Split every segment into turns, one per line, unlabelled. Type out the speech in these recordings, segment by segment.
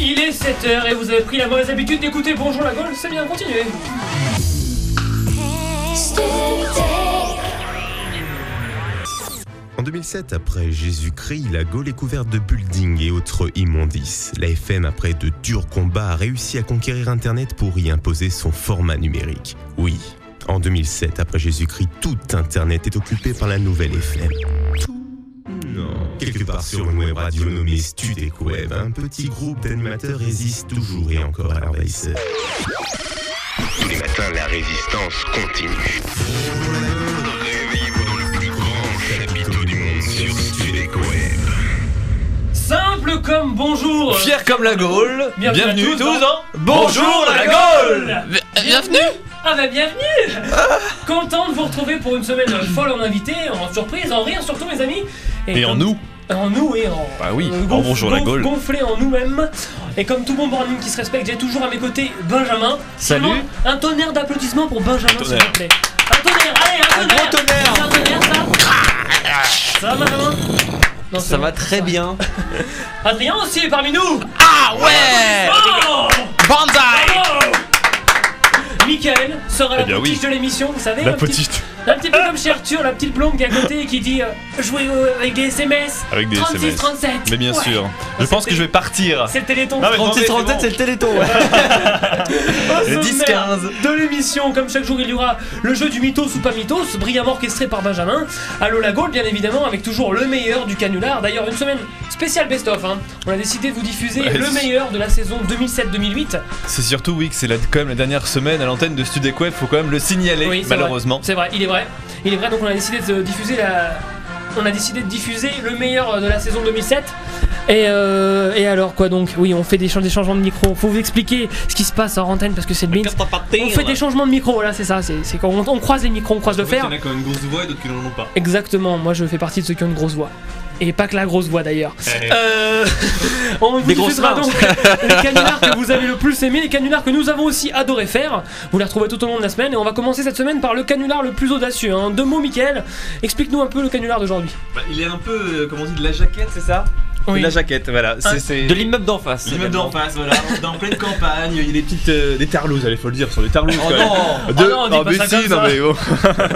Il est 7h et vous avez pris la mauvaise habitude d'écouter Bonjour la Gaule, c'est bien, continuez.
En 2007, après Jésus-Christ, la Gaule est couverte de buildings et autres immondices. La FM, après de durs combats, a réussi à conquérir Internet pour y imposer son format numérique. Oui, en 2007, après Jésus-Christ, tout Internet est occupé par la nouvelle FM. Non, quelque part sur une web radio nommée Studecweb, un petit groupe d'animateurs résiste toujours et encore à l'envahisseur.
Tous les matins, la résistance continue. Réveillez-vous dans le plus grand chapiteau du monde sur Studecweb.
Simple comme bonjour
Fier comme la Gaule,
Bienvenue à
bienvenue
tous
tous
dans
hein. Bonjour la Gaule Ah.
Bienvenue
Ah bah bienvenue Content de vous retrouver pour une semaine folle en invité, en surprise, en rire surtout mes amis
Et en
comme-
nous
En nous et en...
Bah oui,
euh,
en Bonjour la Gaule.
Gonflé en nous-mêmes. Et comme tout bon morning qui se respecte, j'ai toujours à mes côtés Benjamin.
Salut.
Simon, Un tonnerre d'applaudissements pour Benjamin s'il
tonnerre.
vous plaît. Un tonnerre, allez, un tonnerre
Un grand tonnerre.
C'est un tonnerre ça Ça va Benjamin Non, c'est
Ça
bon.
va très bien.
Adrien aussi est parmi nous
Ah ouais
Oh
Banzai
Michael sera la
Eh bien
petite de l'émission, vous savez.
La
un petit-
petite.
Un petit peu comme chez Arthur, la petite blonde qui est à côté et qui dit euh, jouer euh, avec des SMS.
Avec des
36,
SMS.
37.
Mais bien
Ouais.
sûr. Je pense que je vais partir.
C'est le téléthon.
Non, mais
36 37 c'est le téléthon ouais.
Au
le 10,
sommaire
15.
De l'émission, comme chaque jour, il y aura le jeu du mythos ou pas mythos, brillamment orchestré par Benjamin. Allô la Gaule, bien évidemment, avec toujours le meilleur du canular. D'ailleurs, une semaine spéciale best-of. hein. On a décidé de vous diffuser
Ouais,
le
c'est-
meilleur de la saison 2007-2008.
C'est surtout oui que c'est la- quand même la dernière semaine à l'antenne de Studecweb, faut quand même le signaler
Oui, c'est
malheureusement.
vrai. C'est vrai, il est vrai. Il est vrai, donc on a décidé de diffuser la. On a décidé de diffuser le meilleur de la saison 2007. Et, euh, et alors quoi donc Oui, on fait des, change- des changements de micro. Faut vous expliquer ce qui se passe en antenne parce que c'est le Minsk. On fait des changements de micro, voilà, c'est ça. C'est c'est quand on, on croise les micros, on croise le fer.
a qui ont une grosse voix et d'autres qui n'en ont pas
Exactement, moi je fais partie de ceux qui ont une grosse voix. Et pas que la grosse voix d'ailleurs.
Eh,
Euh, on vous
Des grosses
diffusera
mains.
donc euh, les canulars que vous avez le plus aimé, les canulars que nous avons aussi adoré faire. Vous les retrouvez tout au long de la semaine et on va commencer cette semaine par le canular le plus audacieux. hein. Deux mots, Michael. Explique-nous un peu le canular d'aujourd'hui.
Bah,
Il est un peu, euh, comment on dit, de la jaquette, c'est ça
Oui. Hein
De la jaquette, voilà. C'est c'est-
De l'immeuble d'en face
l'immeuble d'en face, voilà. On est en pleine campagne, il y a des petites. euh, des tarlouses, allez, faut le dire, sur les tarlouses.
Oh
quoi.
non
De-
Oh non, on dit
ah,
pas
mais
ça
si,
comme
non,
ça.
mais bon.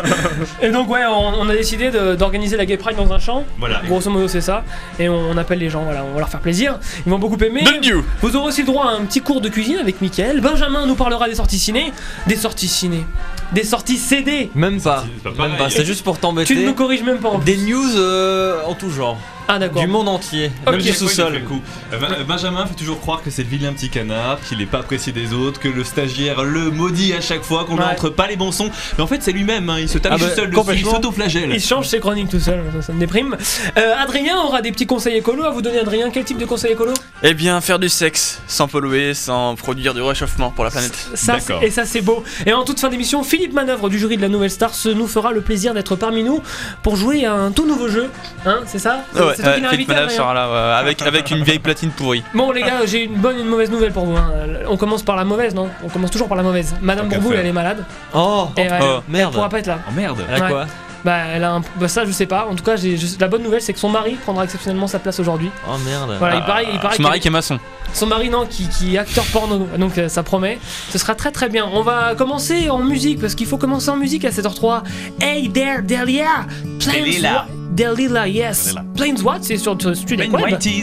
Et donc ouais, on, on a décidé de- d'organiser la Gay Pride dans un champ.
Voilà.
Grosso modo c'est ça. Et on, on appelle les gens, voilà, on va leur faire plaisir. Ils vont beaucoup aimer.
The New
Vous aurez aussi le droit à un petit cours de cuisine avec Mickaël. Benjamin nous parlera des sorties ciné. Des sorties ciné. Des sorties CD.
Même pas Même pas Bah, c'est juste pour
Tu ne
t'embêter
nous corriges même pas en plus.
Des news euh, en tout genre
Ah d'accord.
Du monde entier
Ok.
Même du
Ouais, il
sous-sol
fait le coup.
Euh, Ben- euh, Benjamin fait toujours croire que c'est le vilain petit canard, qu'il n'est pas apprécié des autres, que le stagiaire le maudit à chaque fois, qu'on
Ouais.
lui entre pas les bons sons. Mais en fait, c'est lui-même, hein, il se tape
Ah
tout
bah,
seul dessus, il
complètement.
s'auto-flagelle.
Il change ses chroniques tout seul, ça, ça me déprime. Euh, Adrien aura des petits conseils écolos à vous donner. Adrien, quel type de conseils écolos
Eh bien, faire du sexe sans polluer, sans produire du réchauffement pour la planète.
ça,
D'accord.
c'est- Et ça, c'est beau. Et en toute fin d'émission, Philippe Manœuvre du jury de la Nouvelle Star se nous fera le plaisir d'être parmi nous pour jouer à un tout nouveau jeu. Hein, c'est ça C'est-
Ah Ouais,
C'est toi qui
ouais,
l'as
Philippe
invité, Adrien
Manœuvre sera là, ouais, avec, avec une vieille platine pourrie.
Bon les gars, j'ai une bonne et une mauvaise nouvelle pour vous. hein. On commence par la mauvaise, non On commence toujours par la mauvaise. Madame
Tant qu'à
Bourboule,
faire.
elle est malade.
Oh
Et ouais,
oh,
elle pourra
Merde
pas être là.
Oh merde
Elle a
Ouais.
quoi
Bah, elle a un... bah, ça, je sais pas. En tout cas, j'ai- je- la bonne nouvelle, c'est que son mari prendra exceptionnellement sa place aujourd'hui.
Oh merde
Voilà, il paraît, il paraît
Son
qu'elle-
mari qui est maçon.
Son mari, non, qui, qui est acteur porno, donc euh, ça promet. Ce sera très très bien. On va commencer en musique, parce qu'il faut commencer en musique à 7h03. Hey there, Delia Delilah Delilah, yes Planes What C'est sur sur- sur les web
Hey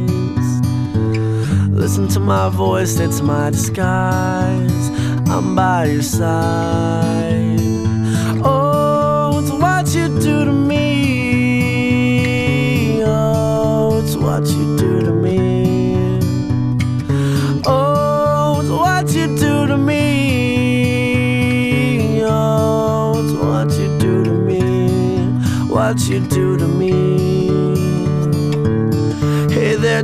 Listen to my voice, it's my disguise. I'm by your side. Oh, it's what you do to me. Oh, it's what you do to me. Oh, it's what you do to me. Oh, it's what you do to me. What you do to me. Hey there,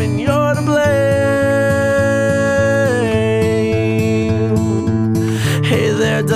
and you're to blame. Hey there,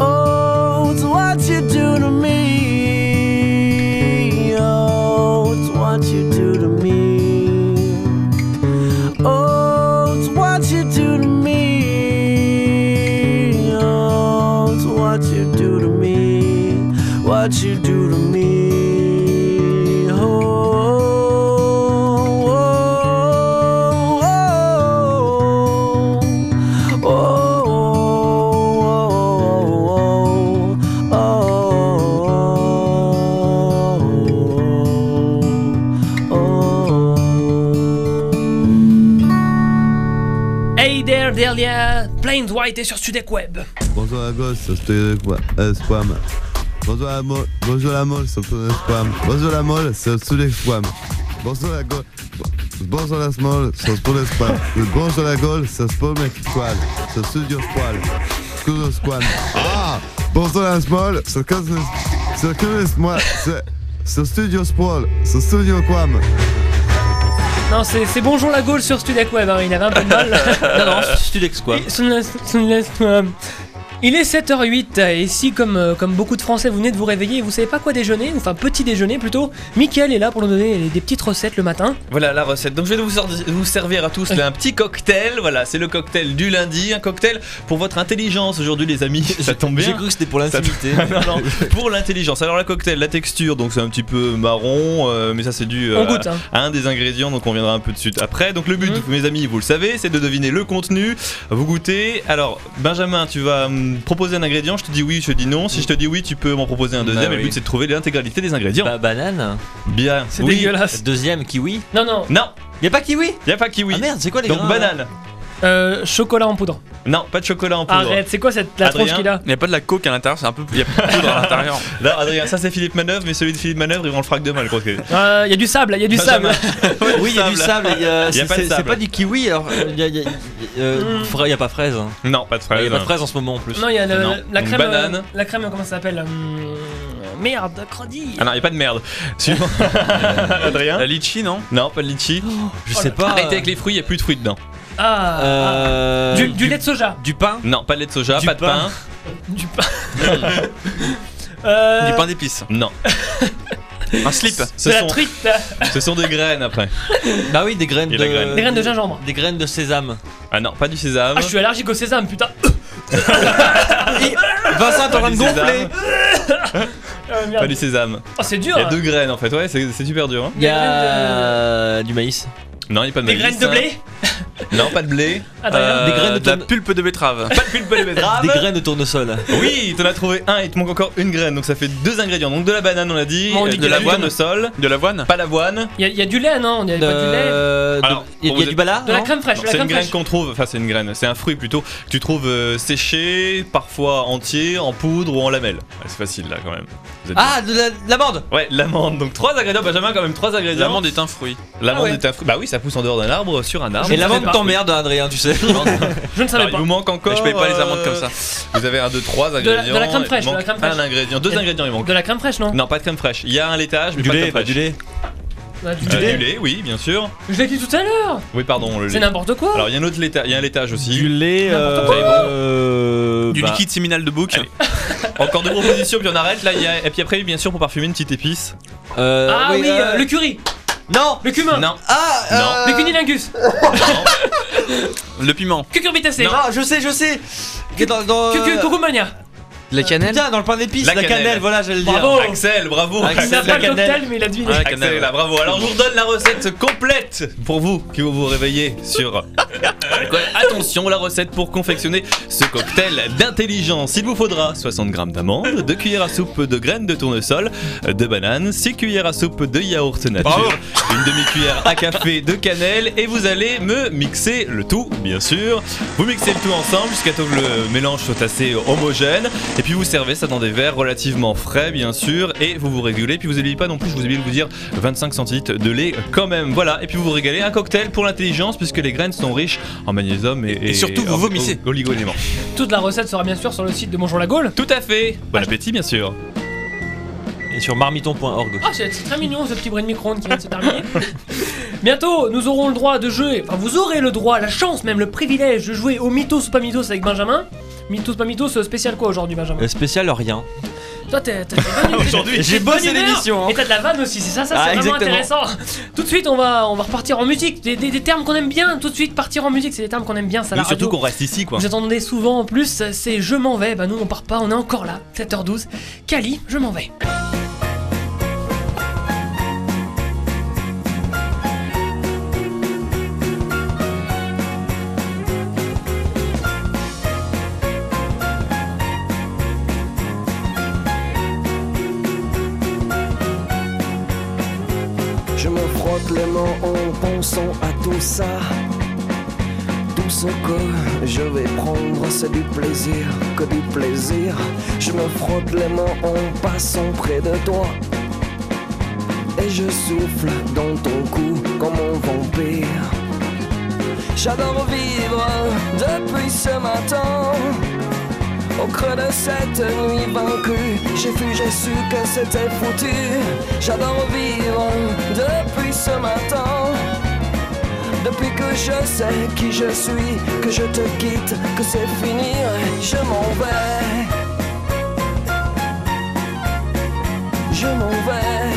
Oh, it's what you do to me. Oh, it's what you do to me. Oh, it's what you do to me. Oh, it's what you do to me. What you do to me. Oh, oh, oh, oh, oh, oh, oh, oh.
Hey there, Delia Plain White est sur Studek Web.
Bonjour la gosse, c'est le euh, Squam. Bonjour la molle, bonjour la molle, c'est le Squam. Bonjour la molle, c'est sous les Squam. Bonjour la gosse. Bonjour la molle, c'est pour les Squam. Bonjour la gosse, c'est pour le mec Squal. C'est studio Squal. Studio Squam. Ah Bonjour la molle, c'est que c'est que les moi, c'est c'est studio Squal, c'est studio Quam.
Non, c'est c'est bonjour la Gaule sur Studek Web, hein, il avait un peu de mal.
Non, non, Studex quoi.
Et Sunless- Sunless, euh, Il est 7h08 et si comme, euh, comme beaucoup de Français vous venez de vous réveiller et vous savez pas quoi déjeuner, enfin petit déjeuner plutôt, Mickaël est là pour nous donner des petites recettes le matin.
Voilà la recette. Donc je vais vous, sorti- vous servir à tous là, un petit cocktail. Voilà, c'est le cocktail du lundi, un cocktail pour votre intelligence aujourd'hui les amis. Ça tombe bien.
J'ai cru que c'était pour l'intimité.
non, non, pour l'intelligence. Alors la cocktail, la texture, donc c'est un petit peu marron, euh, mais ça c'est dû euh,
On goûte,
à,
hein.
à un des ingrédients, donc on reviendra un peu dessus après. Donc le but,
Mhm.
mes amis, vous le savez, c'est de deviner le contenu. Vous goûtez. Alors Benjamin, tu vas me proposer un ingrédient. Je te dis oui, je te dis non. Si je te dis oui, tu peux m'en proposer un deuxième.
Bah
et le
oui.
but c'est de trouver l'intégralité des ingrédients.
Bah, banane.
bien.
C'est
Oui.
dégueulasse.
Deuxième, kiwi.
Non, non,
Non,
Y a pas kiwi
y a pas kiwi.
Ah merde, c'est quoi les
donc
grains,
banane.
euh, chocolat en poudre.
Non, pas de chocolat en poudre.
Arrête, c'est quoi cette la
Adrien
tronche qu'il a
Il n'y a pas de la coke à l'intérieur, c'est un peu. Il y a plus de poudre à l'intérieur.
Non, Adrien, ça c'est Philippe Manœuvre, mais celui de Philippe Manœuvre, ils vont le frac demain, le croquet.
Il Euh, y a du sable, il y a du sable.
Oui, y a du sable. y
euh,
a-
Y a
c'est-
pas de
c'est- C'est
sable.
pas du kiwi alors. Y a, y a- y a-
Hmm.
euh, fra- y a pas fraise. Hein.
Non, pas de
Y a
fraise.
pas de fraise en ce moment en plus.
Non, il y a le-
Non.
la
Donc,
crème.
banane.
euh, la crème, comment ça s'appelle Hum, Merde, cruddy.
Ah non, y a pas de merde. Suivant. Adrien
La litchi, non
Non, pas de litchi.
Je sais pas.
Arrêtez avec les fruits, y a plus de fruits dedans.
Ah,
Euh,
ah. Du, du lait de soja.
du pain.
Non, pas de lait de soja,
Du
pas de pain.
pain.
Du pain. Euh,
Du pain d'épices.
Non.
Un slip.
Ce
de la Ah,
sont, Ah
truite.
ce sont des graines après.
Bah oui, des graines
Et
de.
la graine.
Des graines de gingembre.
Des graines de sésame.
Ah non, pas du sésame.
Ah, je suis allergique au sésame, putain.
Vincent, t'es en train de
Pas du
gonfler.
sésame.
Euh,
Pas
merde.
du sésame.
Oh, c'est dur.
Il y a
hein.
deux graines en fait, ouais, c'est c'est super dur. hein.
Y a du maïs.
Non, y a pas de
Des
maïs,
graines de
hein.
blé
Non, pas de blé.
Adrien,
Euh,
Des graines de
la
tourne-
pulpe de betterave.
Pas de pulpe de betterave.
Des graines de tournesol.
Oui, t'en as trouvé un, il te manque encore une graine, donc ça fait deux ingrédients. Donc de la banane, on l'a dit,
Bon, on
euh,
dit
de
qu'il y a du
l'avoine au sol,
De l'avoine
pas d'avoine.
il y, a- il y a du lait, non Il y a pas du lait
Euh,
Alors,
de- Il y a- il y a
vous
du
êtes-
bala
De la
non
crème fraîche,
Non,
de la
C'est une
crème
graine
fraîche.
qu'on trouve, enfin c'est une graine, c'est un fruit plutôt, que tu trouves euh, séché, parfois entier, en poudre ou en lamelles. Ah, C'est facile là quand même. Vous êtes
Ah, de la- de l'amande
bien. Ouais, l'amande, donc trois ingrédients, Benjamin quand même trois ingrédients.
L'amande est un fruit.
L'amande
Ah ouais.
est un fruit, bah oui ça pousse en dehors d'un arbre, sur un arbre.
Je
Et
ne savais
l'amande
pas.
t'emmerde, Adrien, tu sais.
Je ne savais
Alors, Bah, il
pas.
vous manque encore. euh,
Mais je paye pas les amandes comme ça.
Vous avez un, deux, trois
de la
ingrédients.
crème
il
fraîche, de la
manque
crème fraîche.
Un ingrédient, deux
Et-
ingrédients il manque.
De la crème fraîche, non
Non, pas de crème fraîche. Il y a un laitage, mais
Du
pas de
lait, bah,
crème fraîche.
du lait.
Ouais, du-
Euh, du lait, oui, bien sûr.
Je l'ai dit tout à l'heure
Oui, pardon, le
C'est
lait.
n'importe quoi
Alors, il y a un autre laitage, il y a un laitage aussi.
Du lait.
N'importe
euh,
quoi.
euh,
Du
bah,
liquide séminal de bouc.
Allez. Encore deux propositions, puis on arrête. Là, il y a... Et puis après, bien sûr, pour parfumer, une petite épice.
euh,
Ah oui,
euh,
euh, le curry
Non
Le cumin
Non,
Ah
Le
euh,
cunilingus
Le piment.
Cucurbitacé
Non, je sais, je sais Que dans- dans, euh,
Cucu- Cucumania
La
Putain, dans le pain d'épices,
La
la,
cannelle.
cannelle. voilà, j'allais le dire.
Bravo
Axel, Ah, bravo.
Il n'a
Axel,
pas
la
le
cannelle.
cocktail, mais il a deviné
Ouais.
Axel, là, bravo. Alors, je vous redonne la recette complète pour vous qui vous vous réveillez sur. Alcool. Attention, la recette pour confectionner ce cocktail d'intelligence. Il vous faudra 60 g d'amandes, 2 cuillères à soupe de graines de tournesol, de bananes, 6 cuillères à soupe de yaourt nature,
Bravo.
une demi-cuillère à café de cannelle et vous allez me mixer le tout, bien sûr. Vous mixez le tout ensemble jusqu'à ce que le mélange soit assez homogène et puis vous servez ça dans des verres relativement frais, bien sûr, et vous vous régulez. Puis vous n'oubliez pas non plus, je vous ai oublié de vous dire 25 centilitres de lait quand même. Voilà, et puis vous vous régalez un cocktail pour l'intelligence puisque les graines sont riches en magnésium et,
Et surtout, vous
en-
vomissez.
o- oligo-éléments.
Toute la recette sera bien sûr sur le site de Bonjour la Gaule
Tout à fait. Bon appétit, bien sûr.
Et sur marmiton.org.
Ah, c'est c'est très mignon ce petit bruit de micro-ondes qui vient de se terminer. Bientôt, nous aurons le droit de jouer, enfin vous aurez le droit, la chance, même le privilège de jouer au Mythos ou pas Mythos avec Benjamin. Mythos pas Mythos, euh, spécial quoi aujourd'hui, Benjamin
Euh, spécial, rien.
Toi, t'es t'as une bonne humeur.
Aujourd'hui,
T'as
Euh. j'ai
une bonne
bossé
humeur
l'émission. hein.
Et t'as de la vanne aussi, c'est ça, ça,
Ah,
c'est vraiment
exactement.
intéressant. Tout de suite, on va, on va repartir en musique. Des, des- des termes qu'on aime bien, tout de suite, partir en musique, c'est des termes qu'on aime bien, ça la radio.
reste ici, quoi.
Vous attendez souvent en plus, c'est je m'en vais, bah nous on part pas, on est encore là, 7h12. Cali, je m'en vais.
Je me frotte les mains en pensant à tout ça. Tout ce que je vais prendre, c'est du plaisir, que du plaisir. Je me frotte les mains en passant près de toi. Et je souffle dans ton cou comme un vampire. J'adore vivre depuis ce matin. Au creux de cette nuit vaincue, j'ai fui, j'ai su que c'était foutu. J'adore vivre depuis ce matin. Depuis que je sais qui je suis, que je te quitte, que c'est fini, je m'en vais. Je m'en vais.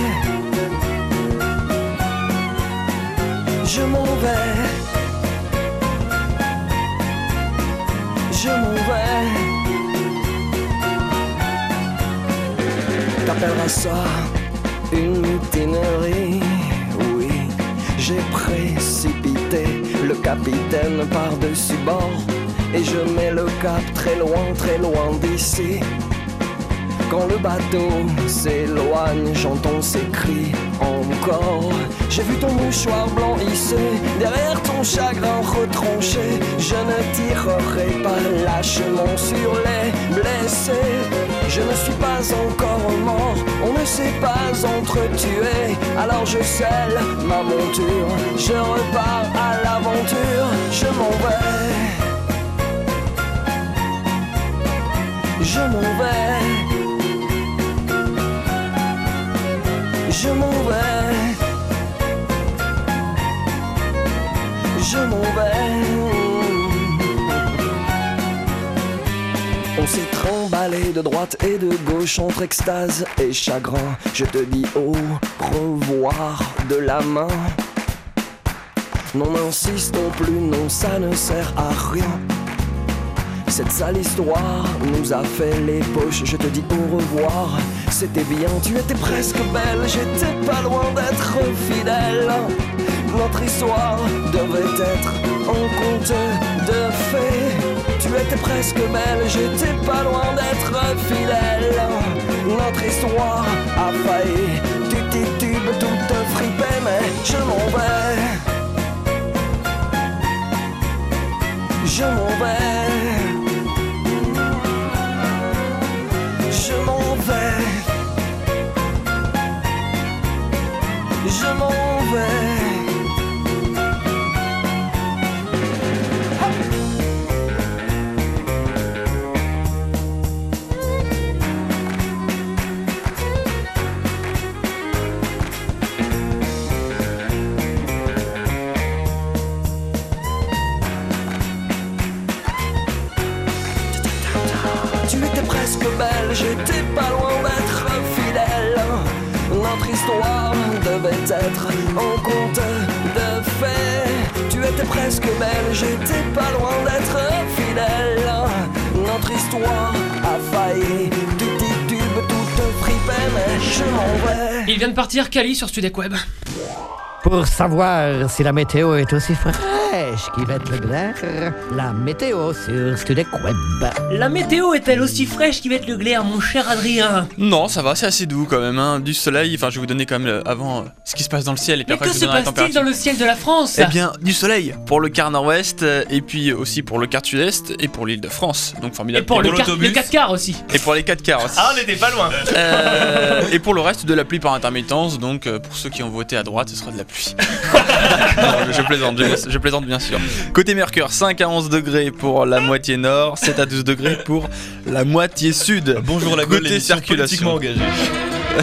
Je m'en vais. Je m'en vais. T'appelleras ça une mutinerie, oui. J'ai précipité le capitaine par-dessus bord et je mets le cap très loin, très loin d'ici. Quand le bateau s'éloigne, j'entends ses cris encore. J'ai vu ton mouchoir blanc hissé, derrière ton chagrin retranché. Je ne tirerai pas lâchement sur les blessés. Je ne suis pas encore mort, on ne s'est pas entretué. Alors je scelle ma monture, je repars à l'aventure, je m'en vais. Je m'en vais. je m'en vais. Je m'en vais. On s'est trimballé de droite et de gauche entre extase et chagrin. Je te dis au revoir de la main. Non, n'insistons plus, non, ça ne sert à rien. Cette sale histoire nous a fait les poches, je te dis au revoir. C'était bien, tu étais presque belle, j'étais pas loin d'être fidèle. Notre histoire devait être un conte de fées. Tu étais presque belle, j'étais pas loin d'être fidèle. Notre histoire a failli. Tu titubes, tout te fripper, mais je m'en vais. Je m'en vais. Je m'en vais. je m'en vais. Tu étais presque belle, j'étais pas loin d'être fidèle. Notre histoire devait être en conte de fées. Tu étais presque belle, j'étais pas loin d'être fidèle. Notre histoire a failli. Tu titubes, tout te fripait, mais je m'en vais.
Il vient de partir Cali sur Studec Web.
Pour savoir si la météo est aussi fraîche qu'Yvette Leclerc, la météo sur Studec Web.
La météo est-elle aussi fraîche qu'Yvette Le Glaire, mon cher Adrien
Non, ça va, c'est assez doux quand même. hein. Du soleil, enfin, je vais vous donner quand même euh, avant euh, ce qui se passe dans le ciel et puis
Mais
après
que
je vous
se
donnerai la
passe-t-il dans
température.
le ciel de la France
Eh bien, du soleil pour le quart nord-ouest euh, et puis aussi pour le quart sud-est et pour l'île de France. Donc
Et
formidable.
pour le,
l'autobus.
car- le 4 quarts aussi.
Et pour les 4 quarts aussi.
Ah, on était pas loin.
Euh, et pour le reste, de la pluie par intermittence. Donc, euh, pour ceux qui ont voté à droite, ce sera de la pluie. Non, je, je plaisante, je, je plaisante bien sûr. Côté Mercure, 5 à 11 degrés pour la moitié nord, 7 à 12 degrés pour la moitié sud.
Bonjour la Gaule,
Côté
l'émission politiquement
circulation.
engagée.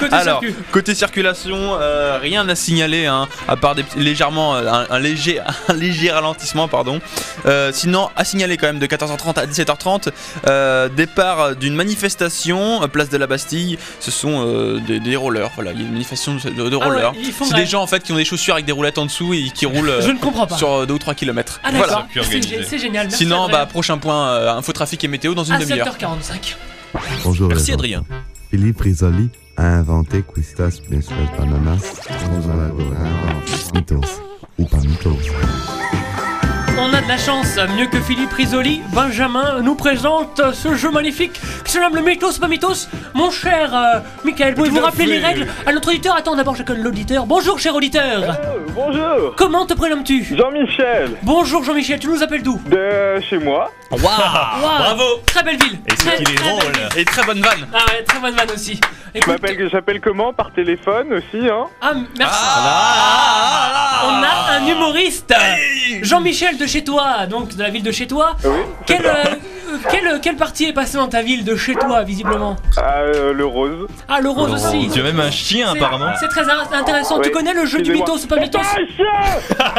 Côté
Alors,
circuit.
côté circulation, euh, rien à signaler, hein, à part des petits- légèrement euh, un, un léger, un léger ralentissement, pardon. Euh, sinon, à signaler quand même de 14h30 à 17h30, euh, départ d'une manifestation, euh, place de la Bastille. Ce sont euh, des, des rollers, voilà, il y a une manifestation de, de- de
Ah ouais,
rollers.
ils font
C'est
grève.
des gens en fait qui ont des chaussures avec des roulettes en dessous et qui roulent euh,
Je ne comprends pas.
sur 2 ou 3 km.
Ah
voilà.
d'accord,
pu
c'est
organiser.
gé- c'est génial. Merci,
Sinon, bah,
Adrien.
prochain point, euh, info trafic et météo dans une
à
demi-heure.
7h45.
Bonjour.
Merci
les enfants.
Adrien.
Philippe Risoli a inventé Quistas Miestas Bananas. Bonjour la Gaule, invente Mythos. Ou pas Mythos.
On a de la chance, mieux que Philippe Risoli, Benjamin nous présente euh, ce jeu magnifique qui se nomme le Mythos, pas Mythos. Mon cher euh, Michael, pouvez-vous
à
rappeler les
fait.
règles à notre auditeur Attends, d'abord, je colle l'auditeur. Bonjour, cher auditeur
Bonjour.
Comment te prénommes-tu
Jean-Michel,
Bonjour, Jean-Michel, tu nous appelles d'où
de Euh, chez moi.
Waouh,
Bravo
Très belle ville
Et c'est
Très,
qu'il est
très belle
drôle
ville.
Et très bonne vanne.
Ah ouais, très bonne vanne aussi.
Je
Écoute-
Bah,
m'appelle- J'appelle comment Par téléphone aussi, hein
Ah, merci. On a un humoriste. Jean-Michel de chez toi, donc de la ville de chez toi.
Oui.
Quelle, euh, quelle, quelle partie est passée dans ta ville de chez toi, visiblement
Ah, euh, le rose.
Ah, le rose aussi.
Tu as même un chien
C'est-
apparemment.
C'est très in- intéressant. Tu
Oui.
connais le jeu du
Excusez-moi.
mythos ou pas mythos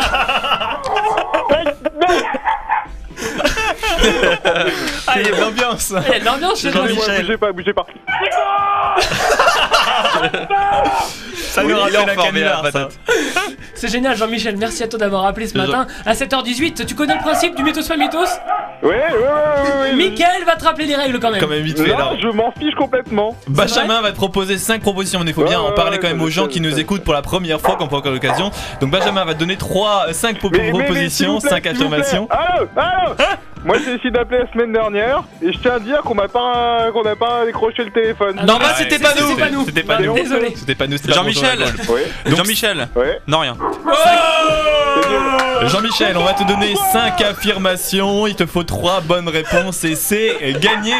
Ah, il y a de l'ambiance
Il y a de l'ambiance chez toi.
Ouais, bougez pas, bougez pas.
Ça nous
Oui, il est
rappelle la
en forme,
canular,
la
ça.
C'est génial, Jean-Michel. Merci à toi d'avoir appelé ce matin à 7h18. Tu connais le principe du mythos pas mythos
Ouais, ouais, ouais, ouais, ouais.
Michael va te rappeler les règles quand même.
Quand même vite fait là.
Non, je m'en fiche complètement.
Benjamin va te proposer 5 propositions, mais il faut bien
Ouais,
en
ouais,
parler
ouais,
quand même
je
aux gens
sais,
qui
je
nous
sais.
écoutent pour la première fois, qu'on prend encore l'occasion. Donc Benjamin va te donner 3, 5
Mais- mais- mais,
propositions,
s'il vous plaît,
5
s'il vous plaît.
affirmations.
Allô, allô Moi j'ai essayé d'appeler la semaine dernière et je tiens à dire qu'on m'a pas qu'on n'a pas décroché le téléphone.
Ah,
Non, bah,
ouais,
c'était
c'est-
pas
c'est-
nous.
C'était pas nous.
C'était pas
Bah,
nous.
Désolé.
C'était pas nous, c'était pas
Jean-Michel
Ouais,
Jean-Michel
ouais.
Non, rien.
c'est nul.
Bonjour. Jean-Michel, on va te donner 5 affirmations, il te faut 3 bonnes réponses et c'est gagné.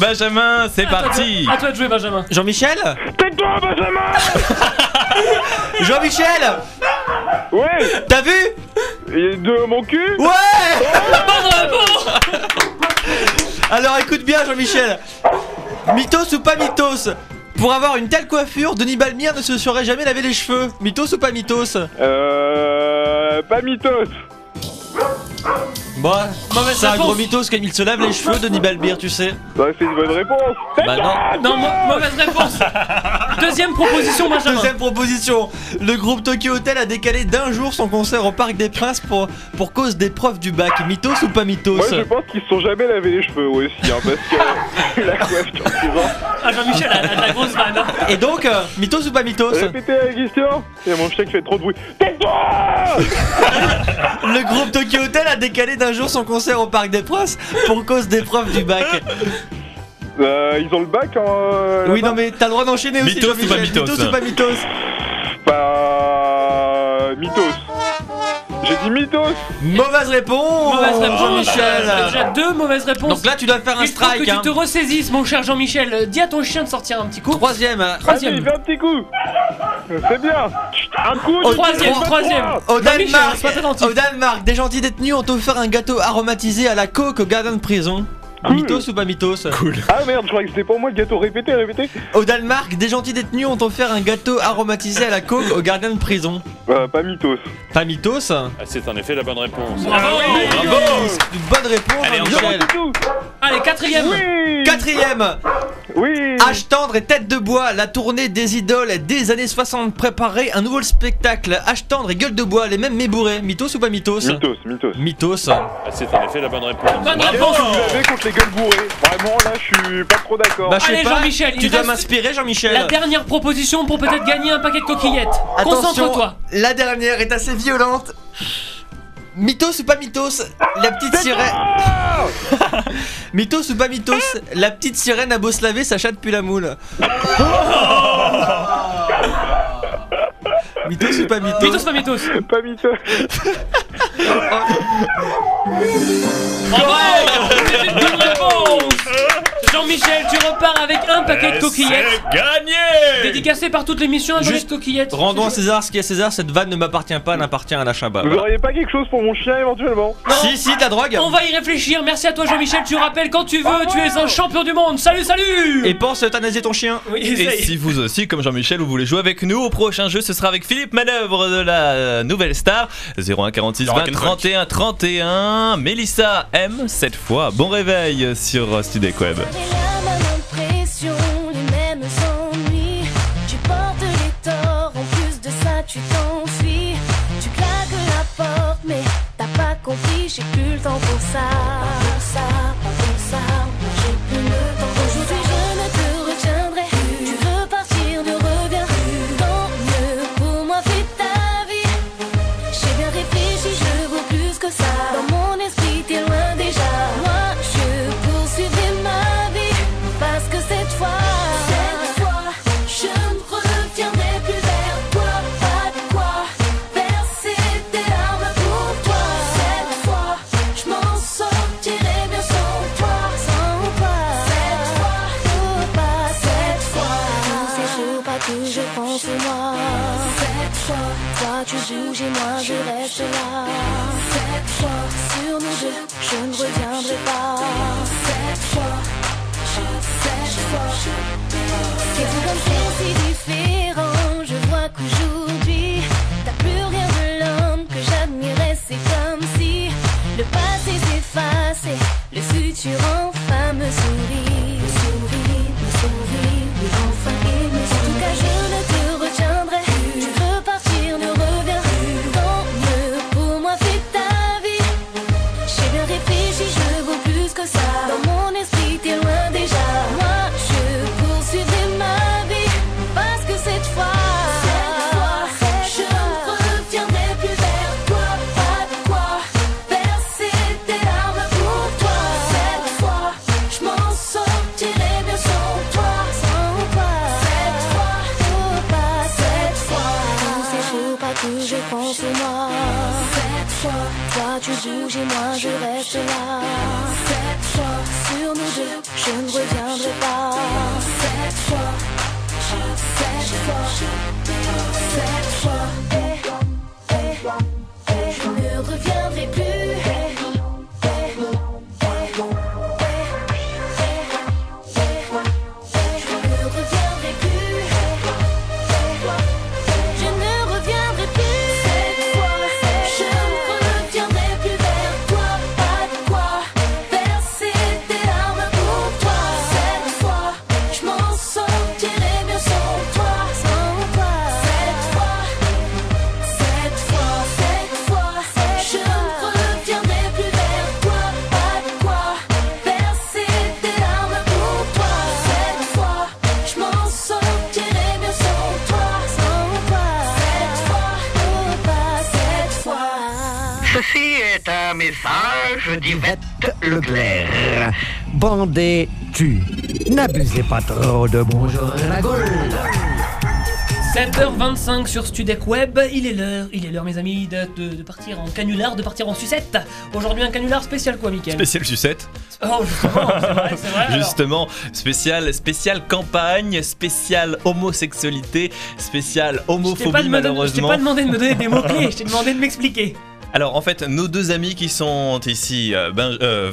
Benjamin, c'est parti
À toi de jouer, Benjamin.
Jean-Michel
Tais-toi Benjamin
Jean-Michel
Ouais
T'as vu
et De mon cul
Ouais Alors écoute bien Jean-Michel Mythos ou pas mythos Pour avoir une telle coiffure, Denis Balmire ne se serait jamais lavé les cheveux. Mythos ou pas mythos
Euh. Pas mythos Bon,
Mauvaise
c'est un
réponse.
gros mythos quand il se lave les cheveux, Denis Balbir, tu sais.
Bah, c'est une bonne réponse.
Bah non.
Non, mau- mauvaise réponse. Deuxième proposition, Benjamin.
Deuxième proposition, le groupe Tokyo Hotel a décalé d'un jour son concert au Parc des Princes pour, pour cause des preuves du bac. Mythos ou pas mythos
Moi, je pense qu'ils se sont jamais lavé les cheveux aussi, hein, parce que la coiffe sur les ans.
Ah, Jean-Michel a, a de la grosse vanne. hein.
Et donc, euh, mythos ou pas mythos
Répétez la question. Et mon chien qui fait trop de bruit. Tais-toi
Le groupe Tokyo Hotel a décalé d'un jour son concert au Parc des Princes pour cause des preuves du bac.
Euh, ils ont le bac en. euh,
Oui,
là-bas
non mais t'as le droit d'enchaîner aussi.
Mythos ou
Jean-Michel.
pas mythos hein.
Mythos ou pas mythos
Bah. Mythos. J'ai dit mythos.
Mauvaise réponse
Mauvaise réponse,
Oh, Jean-Michel
C'est déjà deux mauvaises réponses.
Donc là, tu dois faire un
Il faut
strike.
que
Hein.
tu te ressaisisses, mon cher Jean-Michel. Euh, Dis à ton chien de sortir un petit coup.
Troisième. hein.
Allez,
Troisième.
fais un petit coup. C'est bien. Chut, Un coup.
Au
Oh, Troisième,
trois-
troisième. Jean-Michel,
Au Danemark,
sois attentif.
au Danemark, des gentils détenus ont offert un gâteau aromatisé à la coke au gardien de prison.
Cool.
Mythos ou pas mythos
Ah merde, je croyais que c'était pour moi le gâteau. Répétez, répétez.
Au Danemark, des gentils détenus ont offert un gâteau aromatisé à la coke au gardien de prison.
Euh, pas mythos.
Pas mythos
Ah, C'est en effet la bonne réponse.
Bravo.
Une bonne réponse,
Allez, on
Jean-Michel.
Tout.
Allez, quatrième.
Oui.
Quatrième,
Oui.
H tendre et tête de bois, la tournée des idoles des années 60 préparait un nouveau spectacle. H tendre et gueule de bois, les mêmes mébourrés. Mythos ou pas mythos
Mythos, mythos.
Mythos.
Ah, C'est en effet la bonne réponse.
Bonne
Qu'est-ce
réponse.
que vous avez contre les gueules bourrées Vraiment, là, je suis pas trop d'accord.
Bah je sais
Allez,
pas,
Jean-Michel, il
tu dois
reste-
m'inspirer
La
Jean-Michel.
dernière proposition pour peut-être gagner un paquet de coquillettes. Concentre-toi.
la dernière est assez violente. Mythos ou pas mythos La petite sirène. mythos ou pas mythos La petite sirène à Boslavé s'achat depuis la moule. mythos ou pas mythos
Mythos, pas mythos.
Pas mythos.
Bravo. C'est une bonne réponse. Jean-Michel, tu repars avec un paquet de coquillettes.
gagné
Dédicacé par toute l'émission, un paquet de
Juste
coquillettes.
Rendons à César ce qui est à César, cette vanne ne m'appartient pas, elle appartient à la Chabba.
Vous auriez pas quelque chose pour mon chien éventuellement
Si, si, de la drogue
On va y réfléchir. Merci à toi, Jean-Michel. Tu rappelles quand tu
Ah
veux. Tu es un champion du monde. Salut, salut.
Et pense à euthanasier ton chien
Oui,
Et
essaye.
si vous aussi, comme Jean-Michel, vous voulez jouer avec nous au prochain jeu, ce sera avec Philippe Manœuvre de la euh, Nouvelle Star 01 46 20 31 31. Mélissa M cette fois. Bon réveil sur Studek Web.
J'ai la même impression, les mêmes ennuis. Tu portes les torts, en plus de ça, tu t'enfuis. Tu claques la porte, mais t'as pas compris, j'ai plus le temps pour ça. Pas pour ça, pas pour ça, moi j'ai plus le temps pour Aujourd'hui, je ne te retiendrai. Tu veux partir, ne reviens. Tant mieux pour moi, fais ta vie. J'ai bien réfléchi, je vaux plus que ça. Dans mon esprit, t'es loin déjà. Moi, je poursuivrai ma vie. Parce que cette fois, cette fois, je ne reviendrai plus vers toi. Pas de quoi verser tes larmes pour toi. Cette fois, je m'en sortirai bien sans toi. Sans toi, cette fois, ou pas cette fois. Tous ces jours, pas tous, je pense au moi. Cette fois, toi tu juges et moi je reste là. Cette fois, sur nos deux, je ne reviendrai pas. Cette fois, cette fois, c'est tout comme c'est si différent. Je vois qu'aujourd'hui, t'as plus rien de l'homme que j'admirais. C'est comme si le passé s'efface et le futur enfin me sourit. Me sourit, me sourit, oui, enfin il me sourit. En tout cas, je ne te retiendrai. Tu veux partir, ne reviens. Tant mieux pour moi, fais ta vie. J'ai bien réfléchi, je vaux plus que ça. Dans mon esprit, t'es loin déjà. Moi, je poursuivrai ma vie. Parce que cette fois, je ne reviendrai plus vers toi. Pas de quoi verser tes larmes pour toi. Cette fois, je m'en sortirai bien sans toi. Sans toi. Cette fois, oh, pas cette fois. Tous ces jours, pas que je pense au moi. Cette fois, toi tu bouges et moi je reste là. Cette fois, sur nous deux, je ne reviendrai pas. Cette fois, cette fois, cette fois, eh, eh, eh, je ne reviendrai plus. eh, eh, eh, eh. Je ne reviendrai plus. Je ne reviendrai plus. Cette fois, je ne reviendrai plus vers toi.
message d'Yvette Leclerc.
Bandez tu. N'abusez pas trop de bonjour la Gaule.
7h25 sur Studec Web, il est l'heure, il est l'heure mes amis de, de- de partir en canular, de partir en sucette. Aujourd'hui un canular spécial quoi Mickaël
Spécial sucette.
Oh justement, c'est vrai, c'est vrai. alors.
Justement, spécial, spécial campagne, spécial homosexualité, spécial
Je t'ai pas
homophobie
demandé- Je t'ai
malheureusement.
pas demandé de me donner des mots clés, je t'ai demandé de m'expliquer.
Alors en fait, nos deux amis qui sont ici, euh, ben, euh,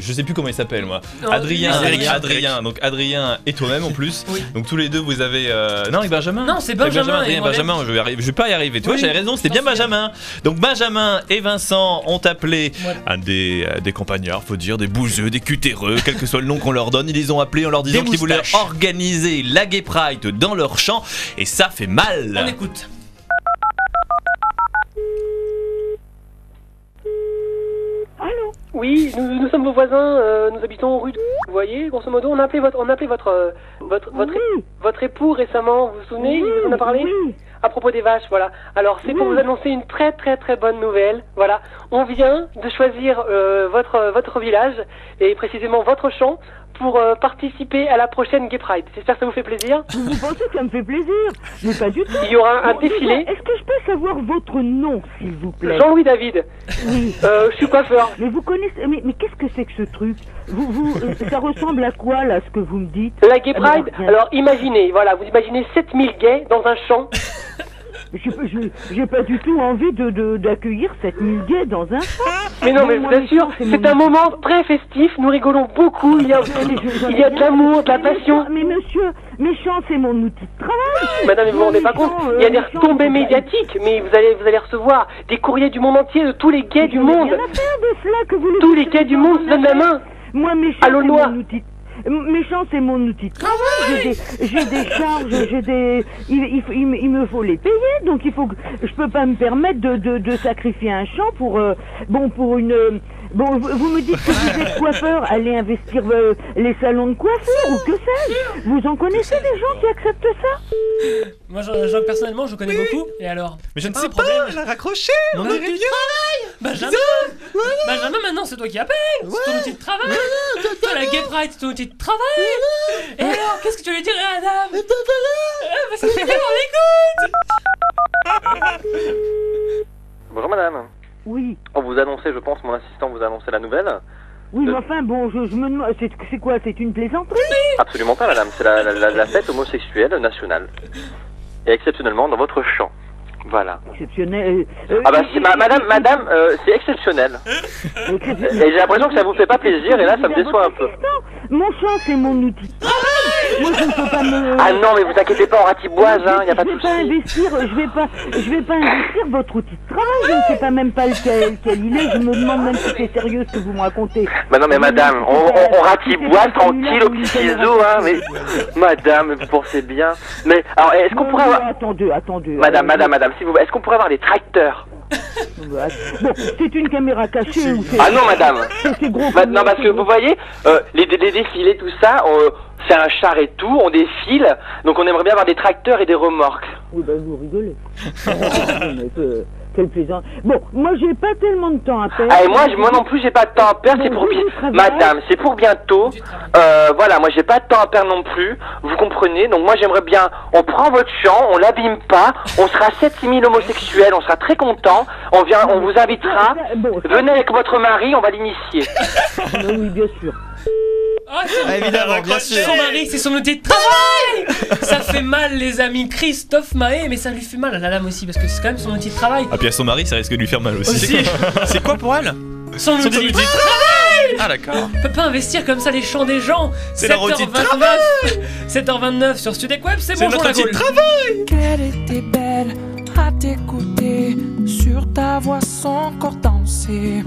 je sais plus comment ils s'appellent moi.
Non,
Adrien,
oui, c'est Adrien.
Adrien, Adrien, donc Adrien et toi-même en plus. Donc tous les deux vous avez euh, non et Benjamin.
Non, c'est
Et
Benjamin et
Adrien,
moi-même.
Benjamin, je vais, arriver- je vais pas y arriver. Toi,
Oui,
j'avais raison, c'était bien Benjamin. Donc Benjamin et Vincent ont appelé un des euh, des campagnards, faut dire, des bouseux, des cutéreux, quel que soit le nom qu'on leur donne, ils les ont appelés en leur disant
Des
qu'ils voulaient
moustaches.
organiser la Gay Pride dans leur champ et ça fait mal.
On écoute.
Oui, nous, nous sommes vos voisins, euh, nous habitons rue de... Vous voyez, grosso modo, on a appelé votre, on a appelé votre, euh, votre, votre, votre époux récemment, vous vous souvenez, il vous en a parlé À propos des vaches, voilà. Alors, c'est pour vous annoncer une très très très bonne nouvelle, voilà. On vient de choisir euh, votre, votre village, et précisément votre champ, pour euh, participer à la prochaine Gay Pride. J'espère que ça vous fait plaisir.
Vous pensez que ça me fait plaisir Mais pas du tout.
Il y aura un
Bon,
défilé.
Est-ce que je peux savoir votre nom, s'il vous plaît
Jean-Louis David.
Oui.
Euh, je suis coiffeur.
Mais vous connaissez. Mais, mais qu'est-ce que c'est que ce truc vous, vous, euh, Ça ressemble à quoi, là, ce que vous me dites
La Gay Pride, alors imaginez, voilà, vous imaginez 7000 gays dans un champ.
J'ai pas- j'ai- J'ai pas du tout envie d'accueillir de, d'accueillir cette gays dans un.
Mais non, mais je
moi,
vous
mes
assure,
chants,
c'est
mon-
un moment très festif, nous rigolons beaucoup, il y a, il y a de l'amour, de la passion.
Mais monsieur, méchant, c'est mon outil de travail.
Madame, mais vous vous rendez pas compte, il y a des retombées médiatiques, mais vous allez, vous allez recevoir des courriers du monde entier, de tous les gays du monde. Tous les gays du monde se donnent la main.
Moi, méchant, c'est mon outil. M- Méchant, c'est mon outil de
Ah
travail. J'ai des- J'ai des, charges, j'ai des. Il, il faut- il me- il me faut les payer, donc il faut que je peux pas me permettre de, de- de sacrifier un champ pour euh, bon pour une. euh, Bon, vous, vous me dites que vous êtes coiffeur, allez investir euh, les salons de coiffure ou que sais-je. Vous en connaissez des gens qui acceptent ça
Moi je, je- personnellement je connais beaucoup, et alors
Mais je ne
c'est
sais
un problème.
pas, elle a raccroché
Mon
on
outil
a
de
rien.
travail Benjamin Benjamin, maintenant c'est toi qui appelles C'est ton outil de travail Toi la Gay Pride, c'est ton outil de travail Et alors, qu'est-ce que tu veux dire à la dame Ah, bah, C'est génial, on écoute
Bonjour madame.
Oui.
On vous annonçait, je pense, mon assistant vous a annoncé la nouvelle.
Oui,
Euh.
mais enfin, bon, je, je me demande. C'est c'est quoi C'est une plaisanterie
Absolument pas madame, c'est la, la- la- la fête homosexuelle nationale. Et exceptionnellement dans votre champ. Voilà.
Exceptionnel. euh, euh,
Ah bah c'est ma- madame, madame, euh, c'est exceptionnel. Et j'ai l'impression que ça vous fait pas plaisir et là ça me déçoit un peu.
Mon champ, c'est mon outil. Moi, je ne peux pas me.
Ah non mais vous inquiétez pas, on ratiboise, hein, y a pas de
Je vais pas
souci.
investir, je vais pas, je vais pas investir votre outil de travail. Je ne sais pas même pas lequel, lequel il est. Je me demande même si c'est sérieux ce que vous me racontez.
Bah non mais madame, on, on, on ratiboise tranquille au petit ciseau, hein, mais... Madame, vous pensez bien. Mais alors est-ce qu'on pourrait avoir...
Attendez, attendez.
Madame,
euh,
madame, madame, si vous... est-ce qu'on pourrait avoir des tracteurs
Bon, c'est une caméra cachée ou c'est
Ah non, madame. Ma- non, parce que vous voyez, euh, les, dé- les défilés, tout ça, on- c'est un char et tout, on défile, donc on aimerait bien avoir des tracteurs et des remorques.
Oui, bah vous rigolez. Ah, mais, euh, Quel plaisant. Bon, moi j'ai pas tellement de temps à perdre.
Ah, et moi, je- moi non plus, j'ai pas de temps à perdre, c'est pour bi- Madame, c'est pour bientôt. Euh, voilà, moi j'ai pas de temps à perdre non plus, vous comprenez, donc moi j'aimerais bien, on prend votre champ, on l'abîme pas, on sera 7000 homosexuels, on sera très contents, on, vient, on vous invitera, venez avec votre mari, on va l'initier.
oui, bien sûr.
Ah, c'est-
Évidemment, bien sûr.
Son mari, c'est son outil de travail Ça fait mal, les amis. Christophe Mahé, mais ça lui fait mal à la dame aussi, parce que c'est quand même son outil de travail.
Ah puis à son mari, ça risque de lui faire mal aussi.
C'est quoi pour elle
Son outil de travail
Ah d'accord.
On peut pas investir comme ça les champs des gens
C'est leur outil de
7h29. 7h29 sur Studec Web, c'est
C'est
bonjour
notre
la
outil de
Gaule.
Qu'elle était belle à t'écouter, sur ta voix son corps danser.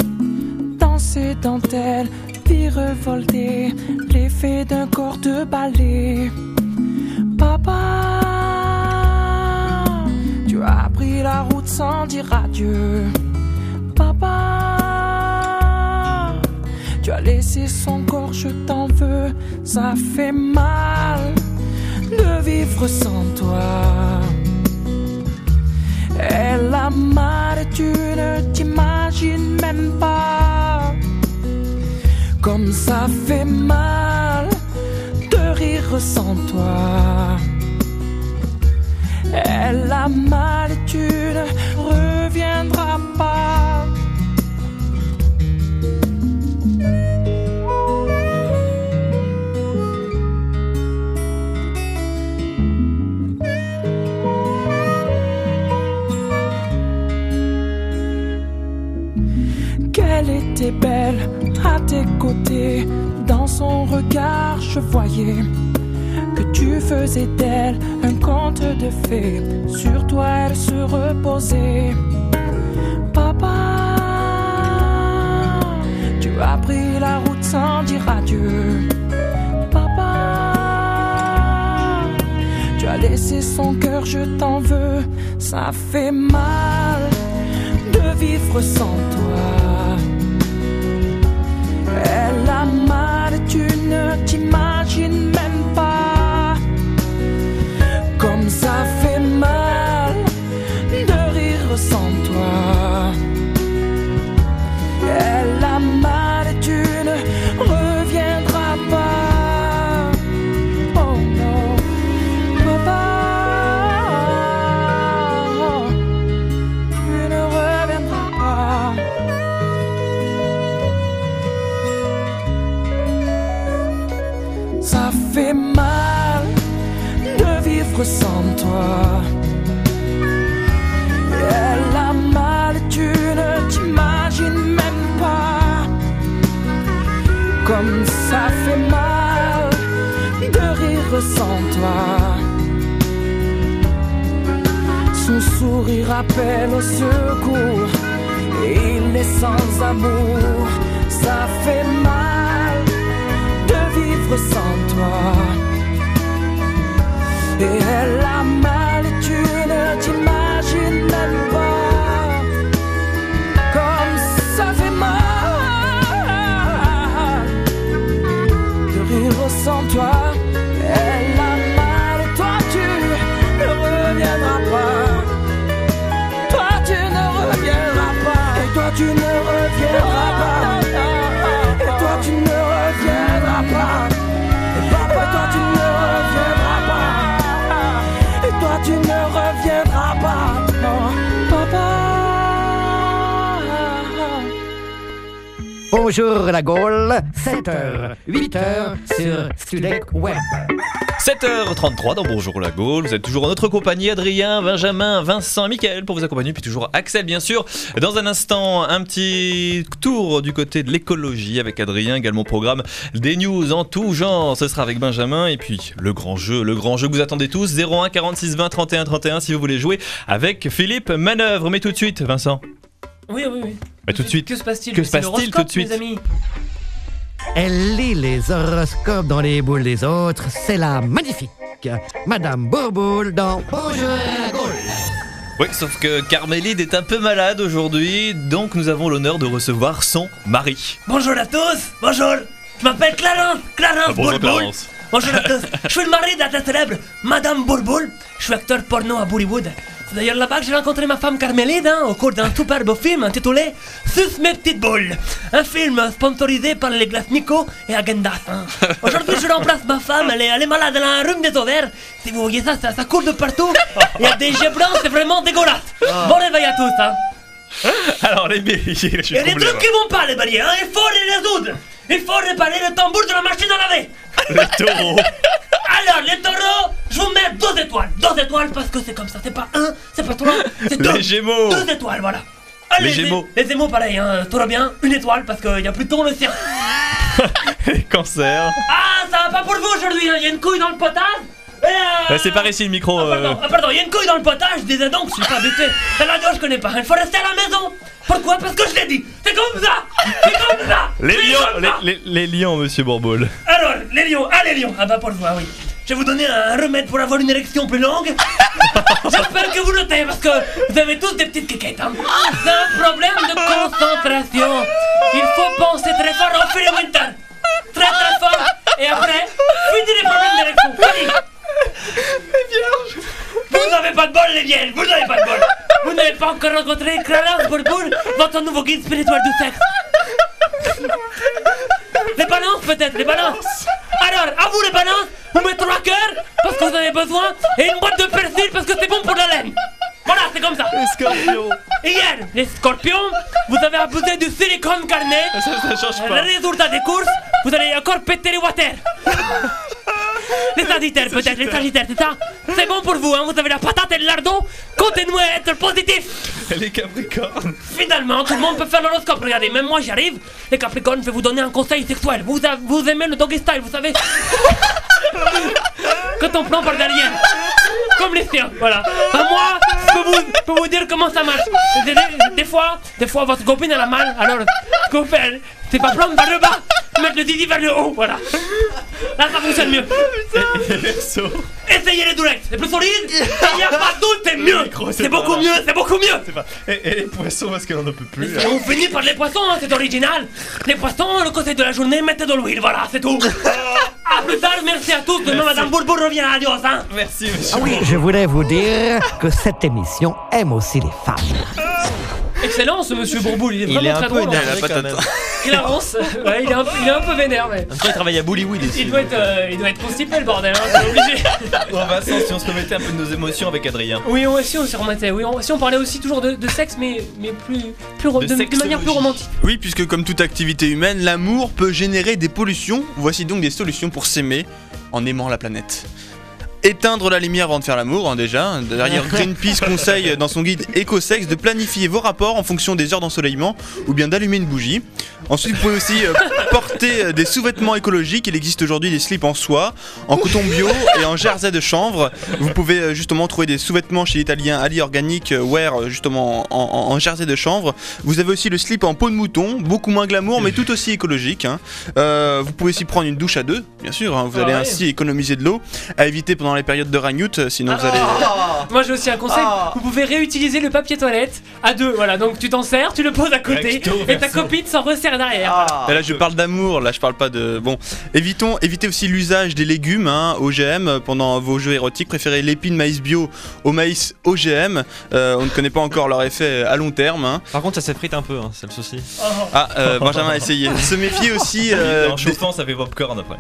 Danser dentelle, puis revolter, l'effet d'un corps de ballet. Papa, tu as pris la route sans dire adieu. Papa, tu as laissé son corps, je t'en veux, ça fait mal de vivre sans toi. Elle a mal et tu ne t'imagines même pas. vivre sans toi. Elle a mal et tu ne reviendras pas. Qu'elle était belle à tes côtés, dans son regard je voyais que tu faisais d'elle un conte de fées. Sur toi elle se reposait. Papa, tu as pris la route sans dire adieu. Papa, tu as laissé son cœur, je t'en veux. Ça fait mal de vivre sans toi. Elle a mal, et tu ne t'imagines même pas. Comme ça fait mal de rire sans toi. Elle a mal et tu ne reviendras pas. Oh non, papa, tu ne reviendras pas. Ça fait mal de vivre sans toi. Elle a mal, et tu ne t'imagines même pas. Comme ça fait mal de rire sans toi. Son sourire appelle au secours. Il est sans amour. Ça fait mal de vivre sans toi. Et elle a mal et tu ne t'imagines même pas. Comme ça fait mal de rire sans toi. Elle a mal et toi tu ne reviendras pas. Toi tu ne reviendras pas. Et toi tu ne reviendras pas. Et toi tu ne reviendras pas. Et papa, toi tu ne reviendras pas. Et toi tu ne reviendras pas. Non, papa.
Bonjour la Gaule, 7h, 8h sur Studek Web.
7h33 dans Bonjour la Gaule, vous êtes toujours en notre compagnie, Adrien, Benjamin, Vincent, Michael pour vous accompagner, puis toujours Axel bien sûr. Dans un instant, un petit tour du côté de l'écologie avec Adrien, également au programme des news en tout genre, ce sera avec Benjamin, et puis le grand jeu, le grand jeu que vous attendez tous, 01 46 20 31 31 si vous voulez jouer avec Philippe Manœuvre, mais tout de suite Vincent.
Oui, oui, oui.
Mais tout de suite.
Que se passe-t-il
Que
C'est
se passe-t-il
l'horoscope,
tout de suite
mes amis
Elle lit les horoscopes dans les boules des autres, c'est la magnifique. Madame Bourboule dans Bonjour la Gaule.
Oui, sauf que Carmélide est un peu malade aujourd'hui, donc nous avons l'honneur de recevoir son mari.
Bonjour à tous, bonjour. Je m'appelle Clarence, Clarence
Ah, bonjour,
Bourboul.
Clarence.
Bonjour à tous. Je suis le mari de la célèbre Madame Bourboul. Je suis acteur porno à Bollywood. C'est d'ailleurs là-bas que j'ai rencontré ma femme Carmélide hein, au cours d'un superbe film intitulé Suce mes petites boules. Un film sponsorisé par les glaces Nico et Agendas. Aujourd'hui, je remplace ma femme. Elle est, elle est malade, elle a un rhume des ovaires. Si vous voyez ça, ça, ça court de partout. Il y a des jets blancs, c'est vraiment dégueulasse. Bon réveil à tous. Hein.
Alors les béliers, je suis
Il y a des
troublé,
trucs qui vont pas, les barrières. hein. Il faut les résoudre. Il faut réparer le tambour de la machine à laver.
Les taureaux.
Alors, les taureaux, je vous mets deux étoiles. Deux étoiles parce que c'est comme ça. C'est pas un, c'est pas trois, c'est deux.
Les gémeaux.
Deux étoiles, voilà. Ah,
Les Gémeaux.
Les Gémeaux, pareil, hein, tout va bien. Une étoile parce qu'il y a Pluton le sien.
Les cancers.
Ah, ça va pas pour vous aujourd'hui. hein. Il y a une couille dans le potage. Et, euh,
Euh, c'est par ici le micro. euh.
ah, pardon, il y a une couille dans le potage, disais donc, je suis pas habitué. La radio, je connais pas. Il faut rester à la maison. Pourquoi Parce que je l'ai dit. C'est comme ça. C'est comme ça.
Les
C'est
lions,
comme
les,
ça.
les- les lions, monsieur Bourboule.
Alors, les lions, ah les lions, ah bah pour vous, ah oui. Je vais vous donner un remède pour avoir une érection plus longue. J'espère que vous notez parce que vous avez tous des petites quiquettes. hein. C'est un problème de concentration. Il faut penser très fort au fil Winter. Très très fort. Et après, fini les problèmes d'érection. Fini. Vous n'avez pas de bol, les vieilles, vous n'avez pas de bol. Vous n'avez pas encore rencontré Clarence Bourboul, votre nouveau guide spirituel du sexe. Les balances peut-être, les balances
Alors, à vous les bananes, vous mettez trois cœurs parce que vous en avez besoin et une boîte de persil parce que c'est bon pour la laine. Voilà, c'est comme ça. Les scorpions. Hier, les scorpions, vous avez abusé du silicone carnet.
Ça, ça change pas.
Le résultat des courses, vous allez encore péter les water. Les sagittaires, peut-être, les sagittaires, c'est ça C'est bon pour vous, hein, vous avez la patate et le lardon, continuez à être positif
Elle est capricorne
Finalement, tout le monde peut faire l'horoscope, regardez, même moi j'y arrive, les capricornes, je vais vous donner un conseil sexuel, vous, a- vous aimez le doggy style, vous savez Quand on prend par derrière, comme les siens, voilà. Ben moi, je peux vous, je peux vous dire comment ça marche. Des, des- des fois, des fois, votre copine elle a mal, alors, ce qu'on fait, elle, c'est pas prendre vers le bas, mettre le didi vers le haut, voilà. Là, ça fonctionne mieux. Essayez les directs, c'est plus solide, il n'y a pas de doute, c'est mieux. C'est beaucoup mieux, c'est beaucoup mieux.
Et, et les poissons parce qu'elle en peut plus.
hein.
là.
On finit par les poissons, hein, c'est original. Les poissons, le conseil de la journée, mettez de l'huile, voilà, c'est tout. A plus tard, merci à tous. Demain, Madame Bourbour revient, adios. Hein.
Merci,
Ah oui, je voulais vous dire que cette émission aime aussi les femmes.
Excellent ce monsieur Bourboul, il est
Il
vraiment
est un
très
peu
drôle.
énervé,
hein.
la patate.
Il avance, ouais, il, est un, il est un peu vénère, mais.
En même temps, il travaille à Bollywood ici.
Il doit être, euh, il doit être constipé le bordel, hein, c'est obligé.
Bon, Vincent, si on se remettait un peu de nos émotions avec Adrien.
Oui, on, si on se remettait, oui, on, si on parlait aussi toujours de, de sexe, mais, mais plus, plus ro-
De
de- de manière
sexologie.
plus romantique.
Oui, puisque comme toute activité humaine, l'amour peut générer des pollutions. Voici donc des solutions pour s'aimer en aimant la planète. Éteindre la lumière avant de faire l'amour, hein, déjà. D'ailleurs, Greenpeace conseille dans son guide Écosex de planifier vos rapports en fonction des heures d'ensoleillement ou bien d'allumer une bougie. Ensuite, vous pouvez aussi euh, porter euh, des sous-vêtements écologiques. Il existe aujourd'hui des slips en soie, en coton bio et en jersey de chanvre. Vous pouvez euh, justement trouver des sous-vêtements chez l'italien Ali Organic euh, Wear, euh, justement en, en- en jersey de chanvre. Vous avez aussi le slip en peau de mouton, beaucoup moins glamour, mais tout aussi écologique. hein. Euh, vous pouvez aussi prendre une douche à deux, bien sûr. hein. Vous allez
ouais.
ainsi économiser de l'eau, à éviter pendant les périodes de ragnout, euh, sinon vous allez.
Moi j'ai aussi un conseil,
Ah.
vous pouvez réutiliser le papier toilette à deux, voilà, donc tu t'en sers, tu le poses à côté
Recto,
et ta copine s'en resserre derrière.
Et là, je parle d'amour, là, je parle pas de. Bon. Évitons, évitez aussi l'usage des légumes hein, OGM euh, pendant vos jeux érotiques. Préférez l'épine maïs bio au maïs OGM. Euh, on ne connaît pas encore leur effet à long terme. hein.
Par contre, ça s'effrite un peu, hein, c'est le souci.
Ah, euh, Benjamin a essayé. Se méfier aussi. euh,
en chauffant, ça fait popcorn après.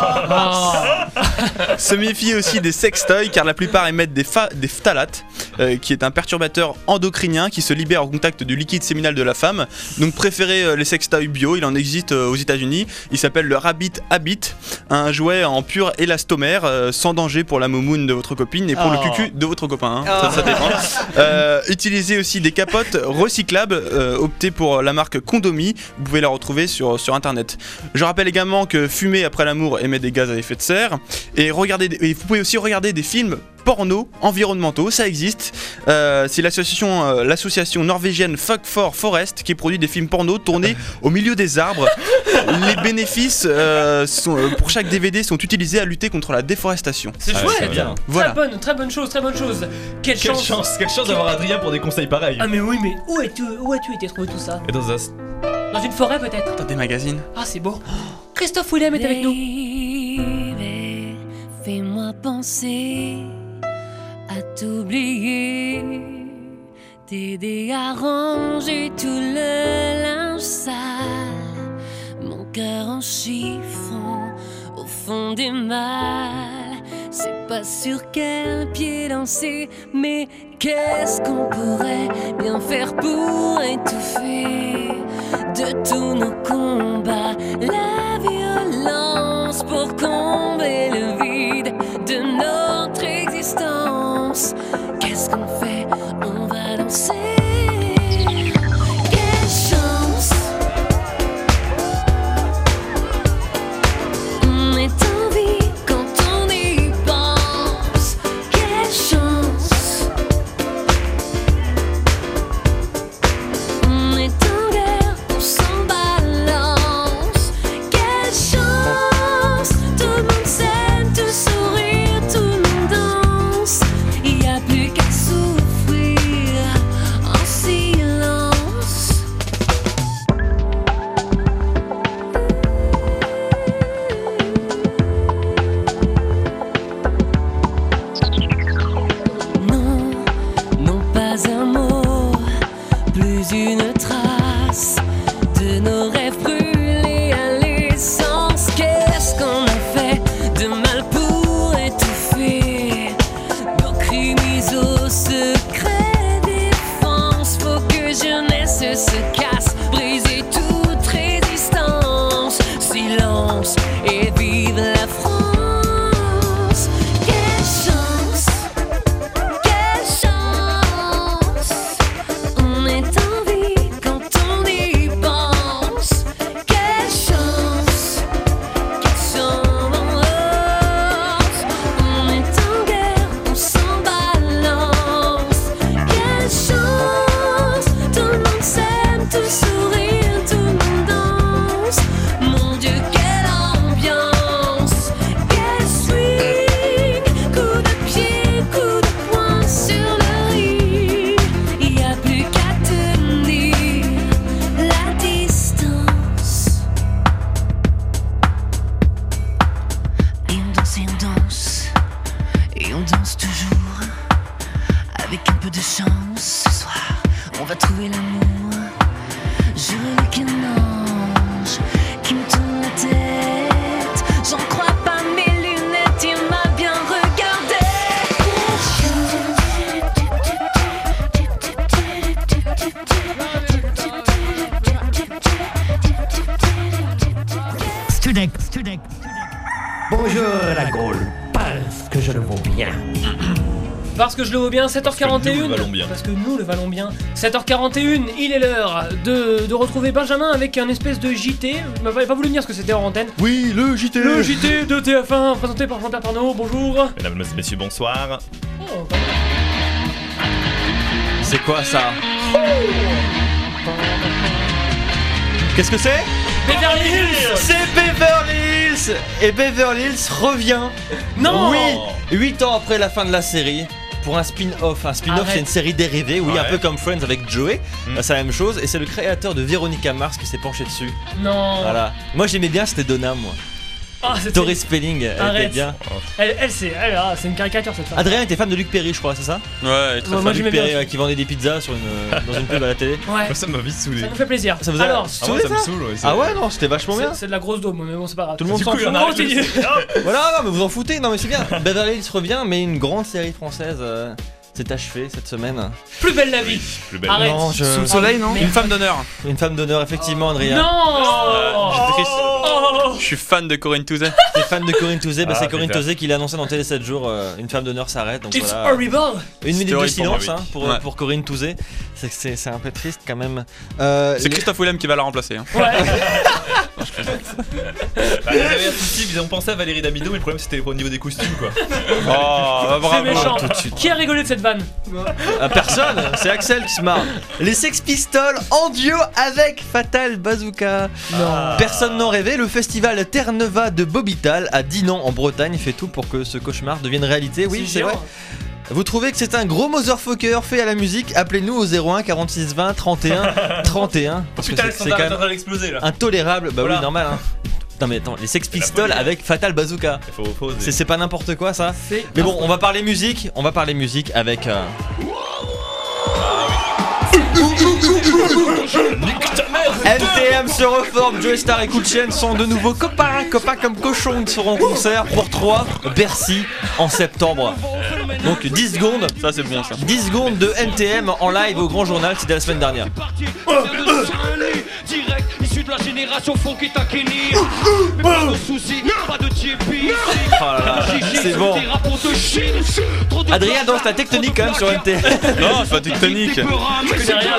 Se méfier aussi des sextoys car la plupart émettent des, fa- des phtalates, euh, qui est un perturbateur endocrinien qui se libère au contact du liquide séminal de la femme. Donc préférez euh, les sextoys bio, il en existe euh, aux États-Unis. Il s'appelle le Rabbit Habit, un jouet en pur élastomère, euh, sans danger pour la moumoune de votre copine et pour
Oh.
le cucu de votre copain. hein.
Oh.
Ça, ça dépend. Euh, utilisez aussi des capotes recyclables. euh, optez pour la marque Condomi. Vous pouvez la retrouver sur, sur internet. Je rappelle également que fumer après l'amour émet des gaz à effet de serre. Et, regardez, des- et vous pouvez aussi regarder des films porno environnementaux, ça existe. Euh, c'est l'association euh, l'association norvégienne Fuck for Forest qui produit des films porno tournés au milieu des arbres. Les bénéfices euh, sont, euh, pour chaque DVD sont utilisés à lutter contre la déforestation.
C'est chouette,
Voilà.
très bonne, très bonne chose, très bonne chose. Quelle,
Quelle chance, quelle chance d'avoir Adrien pour des conseils pareils.
Ah mais oui, mais où es-tu, où as-tu été trouvé tout ça
Et dans un.
Dans une forêt peut-être
Dans des magazines.
Ah c'est beau. Christophe Willem est avec nous.
Baby, Fais-moi penser à t'oublier, t'aider à ranger tout le linge sale, mon cœur en chiffon au fond des malles. C'est pas sur quel pied danser, mais qu'est-ce qu'on pourrait bien faire pour étouffer de tous nos combats la violence pour combler le vide de notre existence. Qu'est-ce qu'on fait On va danser. Quelle chance On est en vie quand on y pense. Quelle chance On est en guerre, on s'en balance. Quelle chance! Tout le monde s'aime, tout sourire, tout le monde danse. Il n'y a plus qu'à souffrir en silence. Non, non, pas un mot, plus une trace de nos rêves brûlés à l'essence. Qu'est-ce qu'on réseau secret défense. Faut que jeunesse se casse, briser toute résistance. Silence et vive la France. Quelle chance, quelle chance. On est en vie quand on y pense. Quelle chance, quelle chance. On est en guerre, on s'en balance. Quelle chance, tout le monde s'aime, tout sourire, tout le monde danse. Mon Dieu, quelle ambiance, quel swing. Coup de pied, coup de poing sur le ring. Il n'y a plus qu'à tenir la distance.
Et on danse et on danse, et on danse toujours. Avec un peu de chance, ce soir, on va trouver l'amour. Je veux qu'un ange qui me tourne la tête. J'en crois pas mes lunettes, il m'a bien regardé.
Studek, Studek.
Bonjour la Gaule, parce que je le vaux bien.
Parce que je le vaux bien, 7h41.
nous le valons bien.
Parce que nous le valons bien. 7h41, il est l'heure de, de retrouver Benjamin avec un espèce de JT. Je m'avais pas voulu me dire ce que c'était en antenne.
Oui, le JT.
Le JT de TF1, présenté par Jean-Pierre Pernaut. Bonjour.
Mesdames et messieurs, bonsoir.
C'est quoi ça Qu'est-ce que c'est
Beverly Hills
C'est Beverly Hills Et Beverly Hills revient
Non
Oui 8 ans après la fin de la série pour un spin-off. Un spin-off,
Arrête.
c'est une série dérivée, oui, un
Ouais.
peu comme Friends avec Joey, Bah, c'est la même chose, et c'est le créateur de Véronica Mars qui s'est penché dessus.
Non.
Voilà. Moi j'aimais bien, c'était Donna, moi.
Ah, Oh. c'était-
Tori Spelling, elle était
Arrête.
bien.
Elle, elle, c'est, elle, ah, c'est une caricature cette femme.
Adrien était fan de Luc Perry, je crois, c'est ça
Ouais,
très Moi, fan. moi, j'aimais
Luc Perry
bien.
ouais, qui vendait des pizzas sur une, euh, dans une pub à la télé.
Ouais. Ça
m'a vite saoulé.
Ça nous fait plaisir.
Ça vous a-
Alors,
Ah
saoulé,
ouais, ça me saoule, ouais, c'est- Ah ouais, non, c'était vachement bien.
C'est- C'est de la grosse dôme, mais bon, c'est pas grave.
Tout le monde s'en fout. voilà, non, mais vous en foutez. Non, mais c'est bien. Beverly Hills revient, mais une grande série française euh, s'est achevée cette semaine.
Plus belle la vie. Arrête.
Non, je- Ah,
Sous le soleil, non Une femme d'honneur. Euh,
Une femme d'honneur, effectivement, Andrea.
Non
Je suis triste.
Oh
Je suis fan de Corinne Touzet.
T'es fan de Corinne Touzé, bah,
Ah,
c'est Corinne
putain.
Touzé qui l'a annoncé dans Télé 7 jours. euh, une femme d'honneur s'arrête. donc
It's
voilà.
horrible.
Une minute de
Story
silence
pour
hein, pour,
Warwick.
pour Corinne Touzé. C'est que C'est c'est un peu triste quand même. Euh,
C'est Christophe Willem qui va la remplacer. hein.
Bah, ils avaient un souci, ils ont pensé à Valérie Damido, mais le problème c'était au niveau des costumes quoi.
bah,
C'est
bravo.
méchant.
Tout de suite.
Qui a rigolé de cette vanne
Ah, personne, c'est Axel qui se marre. Les Sex Pistols en duo avec Fatal Bazooka.
Non.
Personne n'en rêvait, le festival Terre Nova de Bobital à Dinan en Bretagne fait tout pour que ce cauchemar devienne réalité. Oui,
C'est
c'est
géant.
vrai. Vous trouvez que c'est un gros motherfucker fait à la musique Appelez-nous au 01 46 20 31 31
Oh
parce que
Putain,
c'est-
le
c'est
standard
quand
est en
même
train d'exploser là.
intolérable. Bah
Voilà.
oui, normal. hein. Non mais attends, les Sex Pistols avec Fatal Bazooka. C'est c'est pas n'importe quoi ça.
C'est-
Mais bon, on va parler musique. On va parler musique avec. euh, MTM se reforme, Joey Star et Cool Chain sont de nouveau copains, copains comme cochons, ils seront en concert pour 3 Bercy en septembre. Donc 10 secondes, ça c'est bon ça. 10 secondes de MTM en live au Grand Journal, c'était la semaine dernière.
Euh, Direct issu de la génération funk et taquini Pas de soucis, pas de tiépi
Oh là là, c'est bon. Adrien danse la tectonique quand même sur MTM.
Non, c'est pas tectonique.
Je connais rien.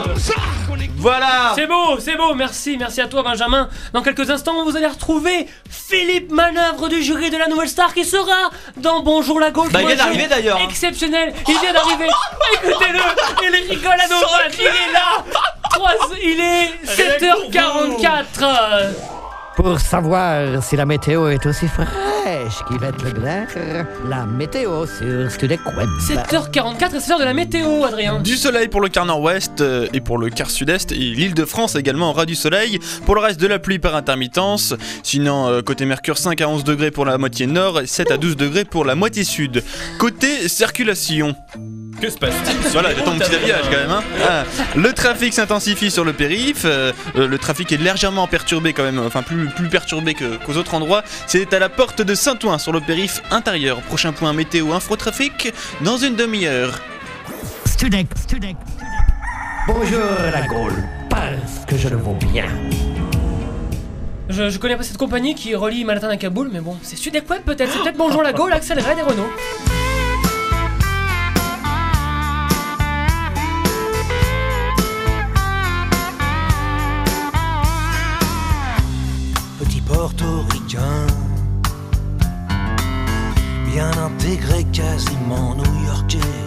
Voilà
C'est beau, c'est beau, merci, merci à toi Benjamin. Dans quelques instants, vous allez retrouver Philippe Manœuvre du jury de la Nouvelle Star qui sera dans Bonjour la gauche.
Bah, il vient
Moi, je-
d'arriver, d'ailleurs, hein.
Exceptionnel, il vient d'arriver. Écoutez-le, il rigole à nos vannes, il est là. Trois- il est 7h44.
Pour savoir si la météo est aussi fraîche qu'il va être le glaire, la météo sur Studek Web.
7h44 et c'est l'heure de la météo, Adrien.
Du soleil pour le quart nord-ouest euh, et pour le quart sud-est et l'île de France également aura du soleil. Pour le reste de la pluie par intermittence. Sinon euh, côté Mercure 5 à 11 degrés pour la moitié nord et 7 à 12 degrés pour la moitié sud. Côté circulation.
Que se passe-t-il
Voilà, t'as ton petit habillage
euh,
quand même. hein. Ah, le trafic s'intensifie sur le périph. euh, euh, le trafic est légèrement perturbé quand même, enfin plus, plus perturbé que- qu'aux autres endroits. C'est à la porte de Saint-Ouen sur le périph intérieur. Prochain point météo info trafic dans une demi-heure.
Studek, Studek. Bonjour la Gaule, parce que je le vaux bien.
Je, je connais pas cette compagnie qui relie Manhattan à Kaboul, mais bon, c'est Sudek Web peut-être, c'est peut-être Bonjour la Gaule, Axel Red et Renault.
petit portoricain, bien intégré, quasiment new-yorkais.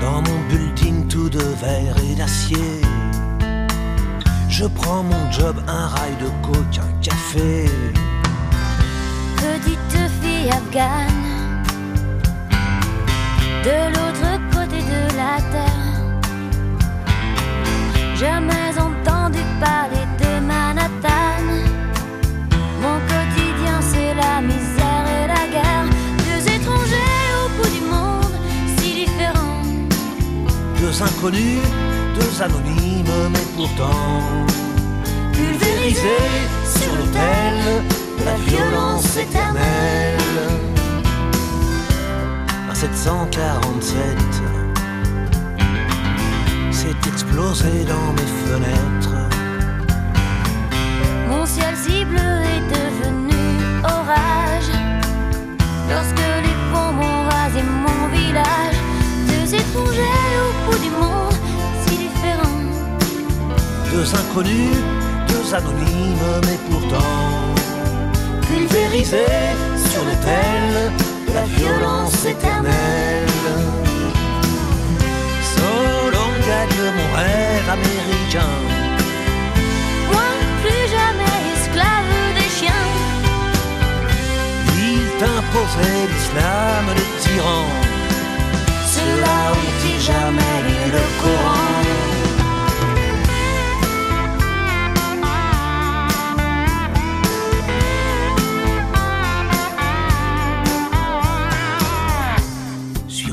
Dans mon building tout de verre et d'acier, je prends mon job, un rail de coke, un café.
Petite fille afghane, de l'autre côté de la terre. Jamais entendu parler de Manhattan. Mon quotidien, c'est la misère et la guerre. Deux étrangers au bout du monde, si différents.
Deux inconnus, deux anonymes, mais pourtant pulvérisés sur l'autel de la violence éternelle. En 747, c'est explosé dans mes fenêtres.
Mon ciel si bleu est devenu orage. Lorsque les bombes ont rasé mon village, deux étrangers au bout du monde, si différents.
Deux inconnus, deux anonymes, mais pourtant pulvérisés sur l'autel de la violence éternelle. Solo gagne mon rêve américain.
Moi, plus jamais esclave des chiens.
Il t'imposait l'islam de tyran. Ceux-là ont ils jamais lu le Coran? suis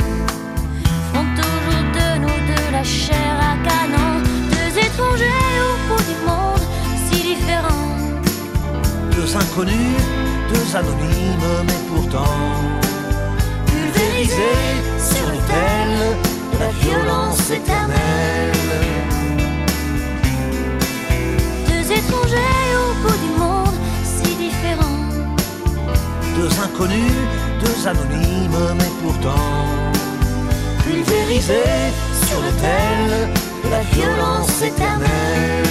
font toujours de nous de la chair à canon. Deux étrangers au bout du monde, si différents.
Deux inconnus, deux anonymes, mais pourtant pulvérisés sur l'autel de la violence éternelle.
Deux étrangers au bout du monde, si différents.
Deux inconnus, deux anonymes, mais pourtant pulvérisés sur l'autel de la violence éternelle.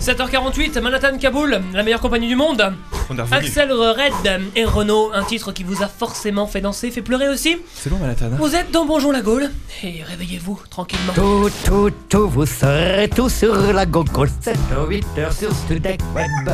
h 48 Manhattan Kaboul, la meilleure compagnie du monde.
On est revenu.
Axel Red et Renault, un titre qui vous a forcément fait danser, fait pleurer aussi.
C'est long, Manhattan. hein
Vous êtes dans Bonjour la Gaule et réveillez-vous tranquillement.
Tout, tout, tout, vous serez tous sur la Gogol. 7 ou 8 heures sur Studek Web.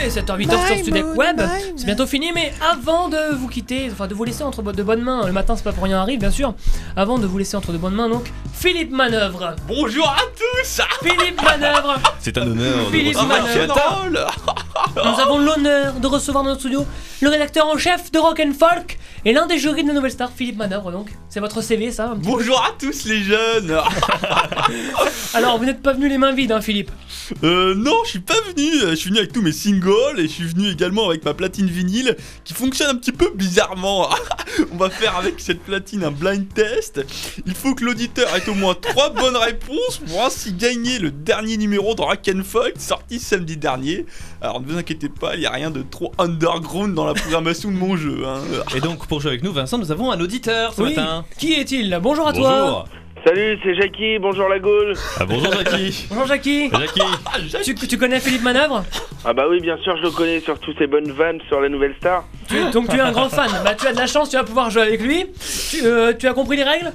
Et 7h08 sur
Bye,
Studek
Maud,
Web,
bye,
c'est bientôt fini, mais avant de vous quitter, enfin de vous laisser entre bo- de bonnes mains, le matin c'est pas pour rien arrive bien sûr, avant de vous laisser entre de bonnes mains donc, Philippe Manœuvre Bonjour à tous Oh, Philippe Manœuvre
C'est un honneur de
Philippe
recevoir
Manœuvre.
Fiata.
Nous avons l'honneur de recevoir dans notre studio le rédacteur en chef de Rock and Folk et l'un des jurys de la Nouvelle Star, Philippe Manœuvre donc. C'est votre CV ça un petit peu
Bonjour à tous les jeunes
Alors vous n'êtes pas venu les mains vides hein Philippe
Euh, non, je suis pas venu. euh, Je suis venu avec tous mes singles et je suis venu également avec ma platine vinyle qui fonctionne un petit peu bizarrement. On va faire avec cette platine un blind test. Il faut que l'auditeur ait au moins trois bonnes réponses pour ainsi gagner le dernier numéro de Rock and Folk sorti samedi dernier. Alors ne vous inquiétez pas, il n'y a rien de trop underground dans la programmation de mon jeu. hein.
Et donc, pour jouer avec nous, Vincent, nous avons un auditeur ce
Oui.
matin.
Qui est-il Bonjour à
Bonjour.
toi
Salut, c'est Jackie, bonjour la Gaule.
Ah bonjour Jackie.
Bonjour Jackie. Tu, tu connais Philippe Manœuvre
Ah bah oui, bien sûr, je le connais, surtout ses bonnes vannes sur la nouvelle star.
Tu- Donc tu es un grand fan. Bah tu as de la chance, tu vas pouvoir jouer avec lui. Tu, euh, tu as compris les règles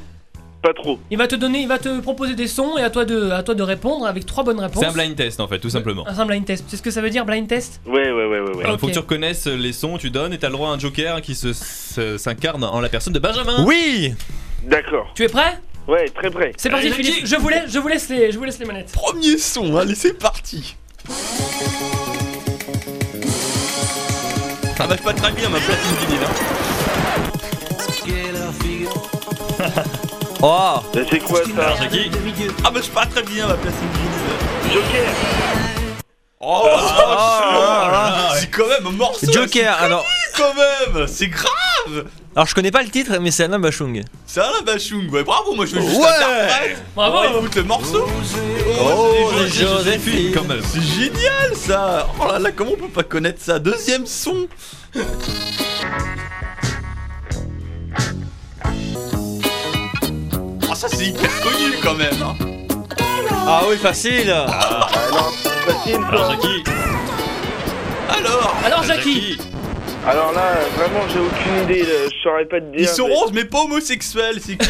Pas trop.
Il va te donner, il va te proposer des sons et à toi de, à toi de répondre avec trois bonnes réponses.
C'est un blind test en fait, tout simplement.
Un simple blind test. C'est ce que ça veut dire blind test
Ouais, ouais, ouais, ouais.
Il faut que tu reconnaisses les sons, tu donnes et t'as le droit à un joker qui se- se- s'incarne en la personne de Benjamin.
Oui
D'accord.
Tu es prêt
Ouais, très prêt.
C'est parti Philippe. Je vous laisse,
Euh,
je vous laisse les, je vous laisse les manettes.
Premier son, allez c'est parti Ça marche pas très bien ma platine vinyle. hein. oh
C'est quoi ça
Jackie
Ah bah je pas très bien ma platine vinyle.
Joker
Oh, C'est quand même un morceau Joker alors Quand même C'est grave
Alors je connais pas le titre, mais c'est Alain Bachung.
C'est un Bachung, ouais bravo moi je veux juste
Ouais.
interprète.
Bravo
On écoute le morceau
Oh,
les
les Joséphine,
quand même C'est génial ça Oh là là comment on peut pas connaître ça Deuxième son Ah ça c'est hyper connu quand même hein.
Ah oui, facile
Alors Jackie Alors
Alors Jackie
Alors là, vraiment, j'ai aucune idée, là, je saurais pas te dire.
Ils sont
mais-
roses mais pas homosexuels c'est qui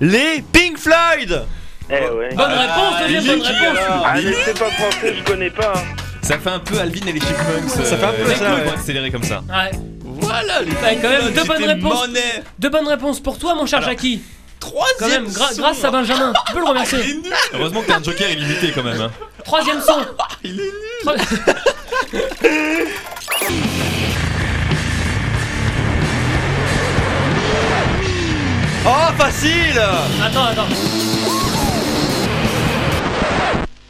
Les Pink Floyd
Eh ouais.
Bonne
Ah,
réponse, deuxième bonne
Lily,
réponse.
alors. Ah, mais c'est pas français, je connais pas. hein.
Ça fait un peu Alvin et les Chipmunks.
Ça fait un peu
les
ça,
clubs
euh, ouais.
accélérés comme ça.
Ah Ouais.
Voilà les
Bah, quand même deux bonnes
J'étais
réponses.
monnaie.
Deux bonnes réponses pour toi mon cher Jackie.
Troisième
Quand même, gra-
son.
grâce à Benjamin, tu peux le remercier.
Heureusement que t'as un joker illimité quand même. hein.
Troisième son. Il est
Oh facile
Attends, attends.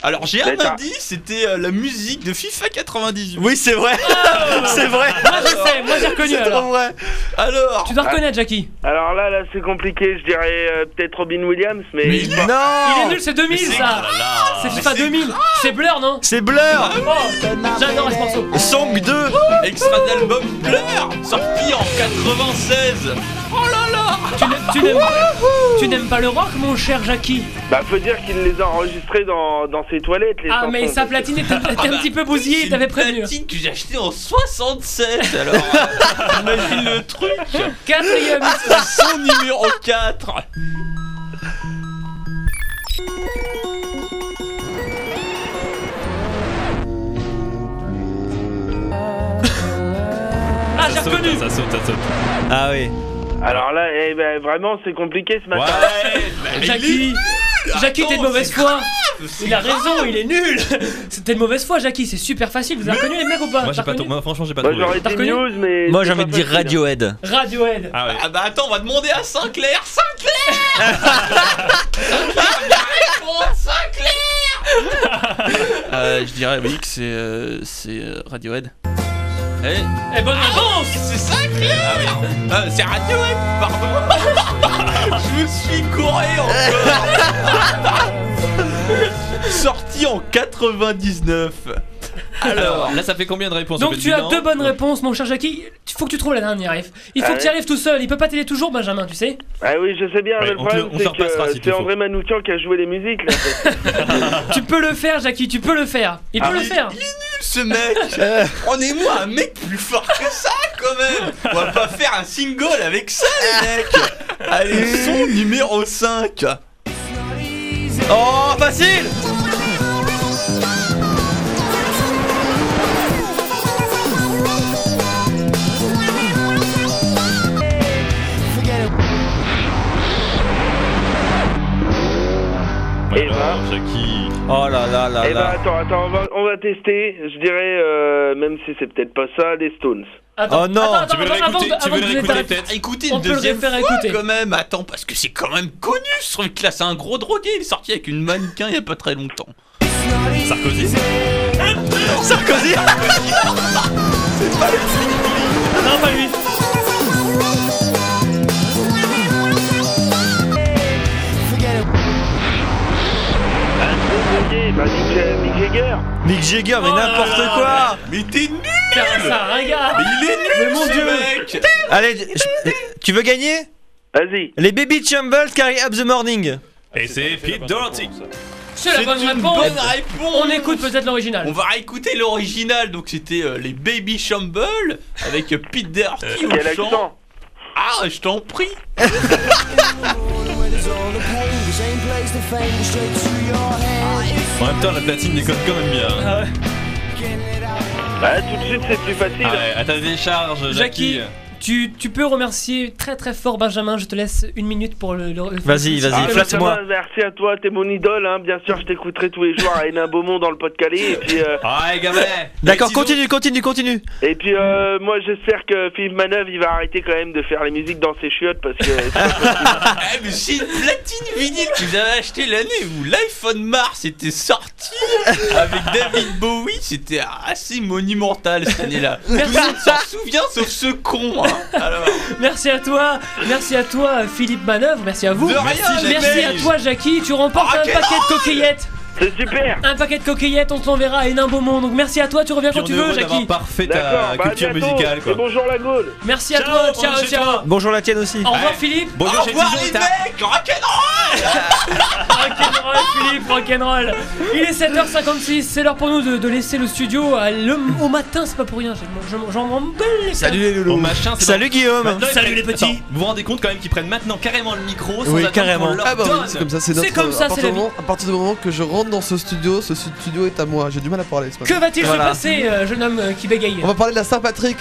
Alors j'ai
Mais
un
t'as-
indice, c'était euh, la musique de FIFA Ah. 98.
Oui, c'est vrai
C'est vrai
Moi je sais, moi j'ai reconnu
C'est trop
alors.
vrai Alors
Tu dois reconnaître Jackie.
Ah. Alors là, là, c'est compliqué, je dirais euh, peut-être Robin Williams, mais.
Mais il est-
Il est
Non
nul, c'est 2000 ça. Ah,
Ah,
C'est FIFA 2000. C'est Blur non
C'est Blur
Oh, J'adore ce morceau.
Song 2 Extrait d'album Blur Sorti en 96 Oh là là
Tu n'aimes- Tu n'aimes tu n'aimes pas le rock mon cher Jackie
Bah, faut dire qu'il les a enregistrés dans, dans ses toilettes, les
Ah
chansons.
mais sa platine était était
bah,
un petit peu bousillée, il t'avait prévenu.
Platine que j'ai acheté en 67 alors euh, Imagine le truc
Quatrième
Son numéro 4
Ah j'ai reconnu
Ça saute, ça saute.
Ah oui.
Alors là, eh ben, vraiment, c'est compliqué ce matin.
Jackie Jackie, t'es de
Attends,
mauvaise
c'est
foi
c'est
Il a raison, il est nul C'était de mauvaise foi, Jackie, c'est super facile. Vous avez reconnu les mecs ou pas
Moi
T'as
j'ai pas
reconnu
trouvé. Franchement j'ai pas
Moi,
trouvé.
j'aurais
T'as
dit
reconnu
Muse, mais.
Moi
c'est
j'ai envie
pas
de dire
facile.
Radiohead.
Radiohead
Ah ouais.
Ah bah attends, on va demander à Sinclair Sinclair Sinclair Sinclair Euh, Je dirais oui que c'est euh, Radiohead.
Eh bonne réponse
Ah c'est Sinclair
Ah
Euh, C'est Radiohead, pardon Je me suis gouré encore Sorti en 99 Alors,
Là ça fait combien de réponses on
Donc
fait
tu
le
as
bilan
deux bonnes réponses, mon cher Jackie. Il faut que tu trouves la dernière, Yves. Il faut
Ah
que tu
ouais.
arrives tout seul. Il peut pas t'aider toujours, Benjamin, tu sais.
Ah oui, je sais bien,
Ouais,
mais le
on te-
problème,
on te
c'est
repassera
que
si
c'est
tu le
André Manoukian qui a joué les musiques, là.
tu peux le faire, Jackie. Tu peux le faire. Il peut
Ah
le
oui.
faire.
ce mec Prenez-moi un mec plus fort que ça quand même On va pas faire un single avec ça les mecs Allez, son numéro 5 Oh facile
Ouais,
Eh
alors, Jackie.
Oh là là là
eh ben,
là.
attends, attends, on va, on va tester. Je dirais, euh, même si c'est peut-être pas ça, les Stones.
Attends,
Oh non,
attends,
tu veux le
attends, avant
réécouter-
de-
tu
avant
veux le
de donner ta
réécouter
réponse.
peut-être
Écoutez
On
une
peut le
deuxième
refaire
fois
écouter.
quand même Attends parce que c'est quand même connu ce truc là C'est un gros drogué, il est sorti avec une mannequin il y a pas très longtemps
Sarkozy
Sarkozy
Non, pas lui.
Ah, c'est Jagger, bah, Mick, Mick Jagger.
Mick Jagger, mais
Oh là
n'importe
là
quoi
Mais t'es nul
Faire ça, regarde.
Il est nul
Mais mon
ce
Dieu.
mec
Allez, je- tu veux gagner
Vas-y.
Les Baby Chumbles carry up the morning.
Et c'est Pete Doherty.
C'est la bonne
une
réponse.
bonne
On écoute peut-être l'original.
On va écouter l'original, donc c'était euh, les Baby Shamble avec euh, Pete Doherty au
Quel
chant.
accent
Ah, je t'en prie.
En même temps, la platine déconne quand même bien.
Ah
hein.
Bah, tout de suite, c'est plus facile.
Ah ouais, à ta décharge,
Jackie,
Jackie.
tu, tu peux remercier très très fort Benjamin. Je te laisse une minute pour le. le- le-
Vas-y, vas-y,
Ah,
flatte-moi.
Merci à toi, t'es mon idole. Hein. Bien sûr, je t'écouterai tous les jours à Hénin Beaumont dans le Pas-de-Calais. Et puis, euh,
D'accord, continue, continue, continue.
et puis euh, moi, j'espère que Philippe Manœuvre, il va arrêter quand même de faire les musiques dans ses chiottes parce que. c'est pas possible.
Eh, mais c'est une platine vinyle que vous avez acheté l'année où l'iPhone Mars était sorti avec David Bowie. C'était assez monumental cette année-là. Tout le
Merci.
monde s'en souvient sauf ce con. hein. Alors,
Merci à toi, merci à toi Philippe Manœuvre, merci à vous.
De rien, Ah, Jackie.
merci à toi Jackie, tu remportes un paquet de coquillettes.
C'est super.
Un paquet de coquillettes, on te l'enverra à Hénin Beaumont. Donc merci à toi, tu reviens quand tu veux Jackie.
parfait
D'accord,
ta
bah, à
culture
bientôt.
musicale quoi.
Et bonjour la Gaule.
Merci à
Ciao,
toi,
bon
ciao,
chez
ciao.
toi.
Bonjour la tienne aussi.
Oh, Au revoir Philippe.
Bonjour, Au revoir, les mecs,
Rock'n'roll Philippe, rock'n'roll. Il est 7h56, c'est l'heure pour nous de, de laisser le studio à le- au matin, c'est pas pour rien. j'ai- J'en j'en m'embelle.
Salut les
Oh,
loulous.
Bon machin, c'est
Salut
dans-
Guillaume.
Maintenant, ils
Salut
prennent-
les petits.
Attends, vous vous rendez compte quand même qu'ils prennent maintenant carrément le micro sans
Oui,
attendre
carrément.
qu'on leur
Ah bah oui,
donne.
c'est comme ça, c'est
C'est
notre.
comme ça,
à partir
c'est la
du moment- À partir du moment que je rentre dans ce studio, ce studio est à moi. J'ai du mal à parler ce matin.
Que va-t-il se passer, euh, Ah jeune homme euh, qui bégaye
On va parler de la Saint-Patrick.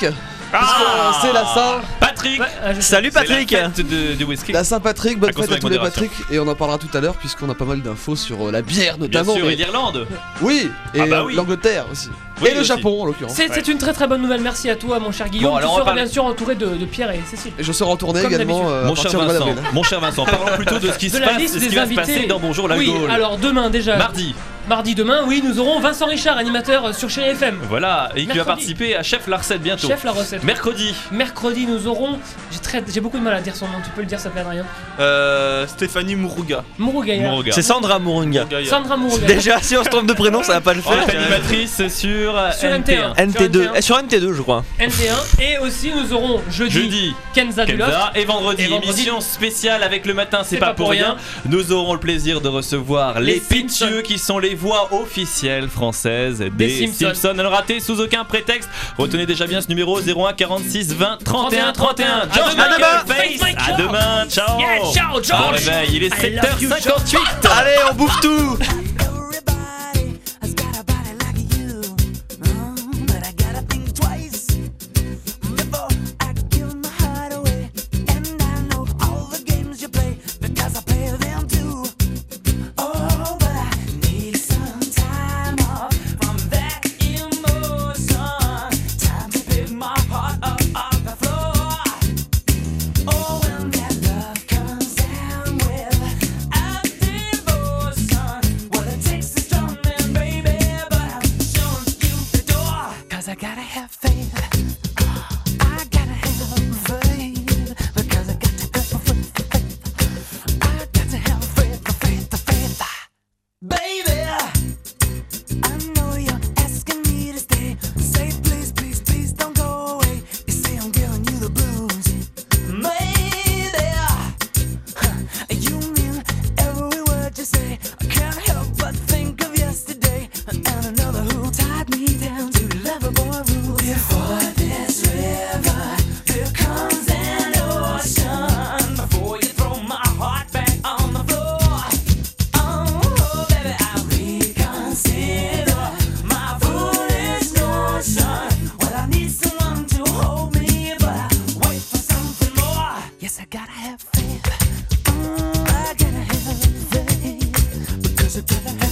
Puisque, euh, C'est la
Ah.
Saint.
Patrick
euh,
Salut Patrick.
C'est la fête de, de whisky.
La Saint-Patrick, bonne
À
fête
consommer
à tous les
avec
Patrick, et on en parlera tout à l'heure puisqu'on a pas mal d'infos sur euh, la bière
Bien
notamment.
sûr,
mais-
et l'Irlande.
Oui, et
Ah bah oui.
l'Angleterre aussi.
Oui,
et le
aussi.
Japon en l'occurrence.
C'est c'est une très très bonne nouvelle, merci à toi mon cher Guillaume.
alors on
tu seras
parle-
bien sûr entouré de, de Pierre et Cécile.
Et je serai en tournée
Comme
également
d'habitude.
euh, à
Mon cher,
partir du mois
Vincent,
d'avril.
mon cher Vincent, parlons plutôt de ce qui
de
se
la
passe,
liste
ce qui
des
va se
invités.
passer dans Bonjour la
oui,
Gaule.
alors demain déjà.
Mardi.
Mardi demain, oui, nous aurons Vincent Richard, animateur euh, sur Chéri FM.
Voilà, et qui va
Mercredi.
participer à Chef la recette bientôt.
Chef la recette.
Mercredi.
Mercredi, nous aurons. J'ai très... j'ai beaucoup de mal à dire son nom, tu peux le dire, ça plaît à rien.
euh, Stéphanie Mourouga.
Mourougaillard.
Mourouga.
C'est Sandra Mourunga.
Sandra Mourougaillard.
Déjà, si on se trompe de prénom, ça va pas le
En fait,
faire.
animatrice sur, euh,
Sur NT1.
NT2. Eh, Sur NT2, je crois.
NT1. Et aussi, nous aurons jeudi,
Jeudi.
Kenza Dulof.
Kenza et vendredi,
Et vendredi.
émission spéciale avec le matin, c'est pas, pour rien. Nous aurons le plaisir de recevoir les,
Les Simpsons.
Pitieux qui sont les voix officielles françaises des,
Des
Simpsons.
Simpsons.
Alors ratez sous aucun prétexte. Retenez déjà bien ce numéro 01 46 20 31 31.
À
George
demain,
Michael
demain.
Face.
Face
À demain, ciao.
Yeah, ciao, George.
Bon réveil, il est
I love you,
7h58.
Allez, on bouffe tout.
But I gotta think twice before I give my heart away. And I know all the games you play because I play them too. Oh, but I need some time off from that emotion. Time to pick my heart up off the floor. Oh, when that love comes down with a devotion, well it takes a strong man, baby, but I'm showing you the door. Cause I gotta have faith. I gotta have faith. Because I got to have faith. I got to have faith, the faith, the faith. Baby, I know you're asking me to stay. Say please, please, please don't go away. You say I'm giving you the blues. Maybe huh, you mean every word you say. I can't help but think of yesterday and another who tied me down to the lover boy rules. Before this river, there comes an ocean. Before you throw my heart back on the floor. Oh, baby, I reconsider my foolish notion. Well, I need someone to hold me, but I wait for something more. Yes, I gotta have faith. Mm, I gotta have faith because I gotta have.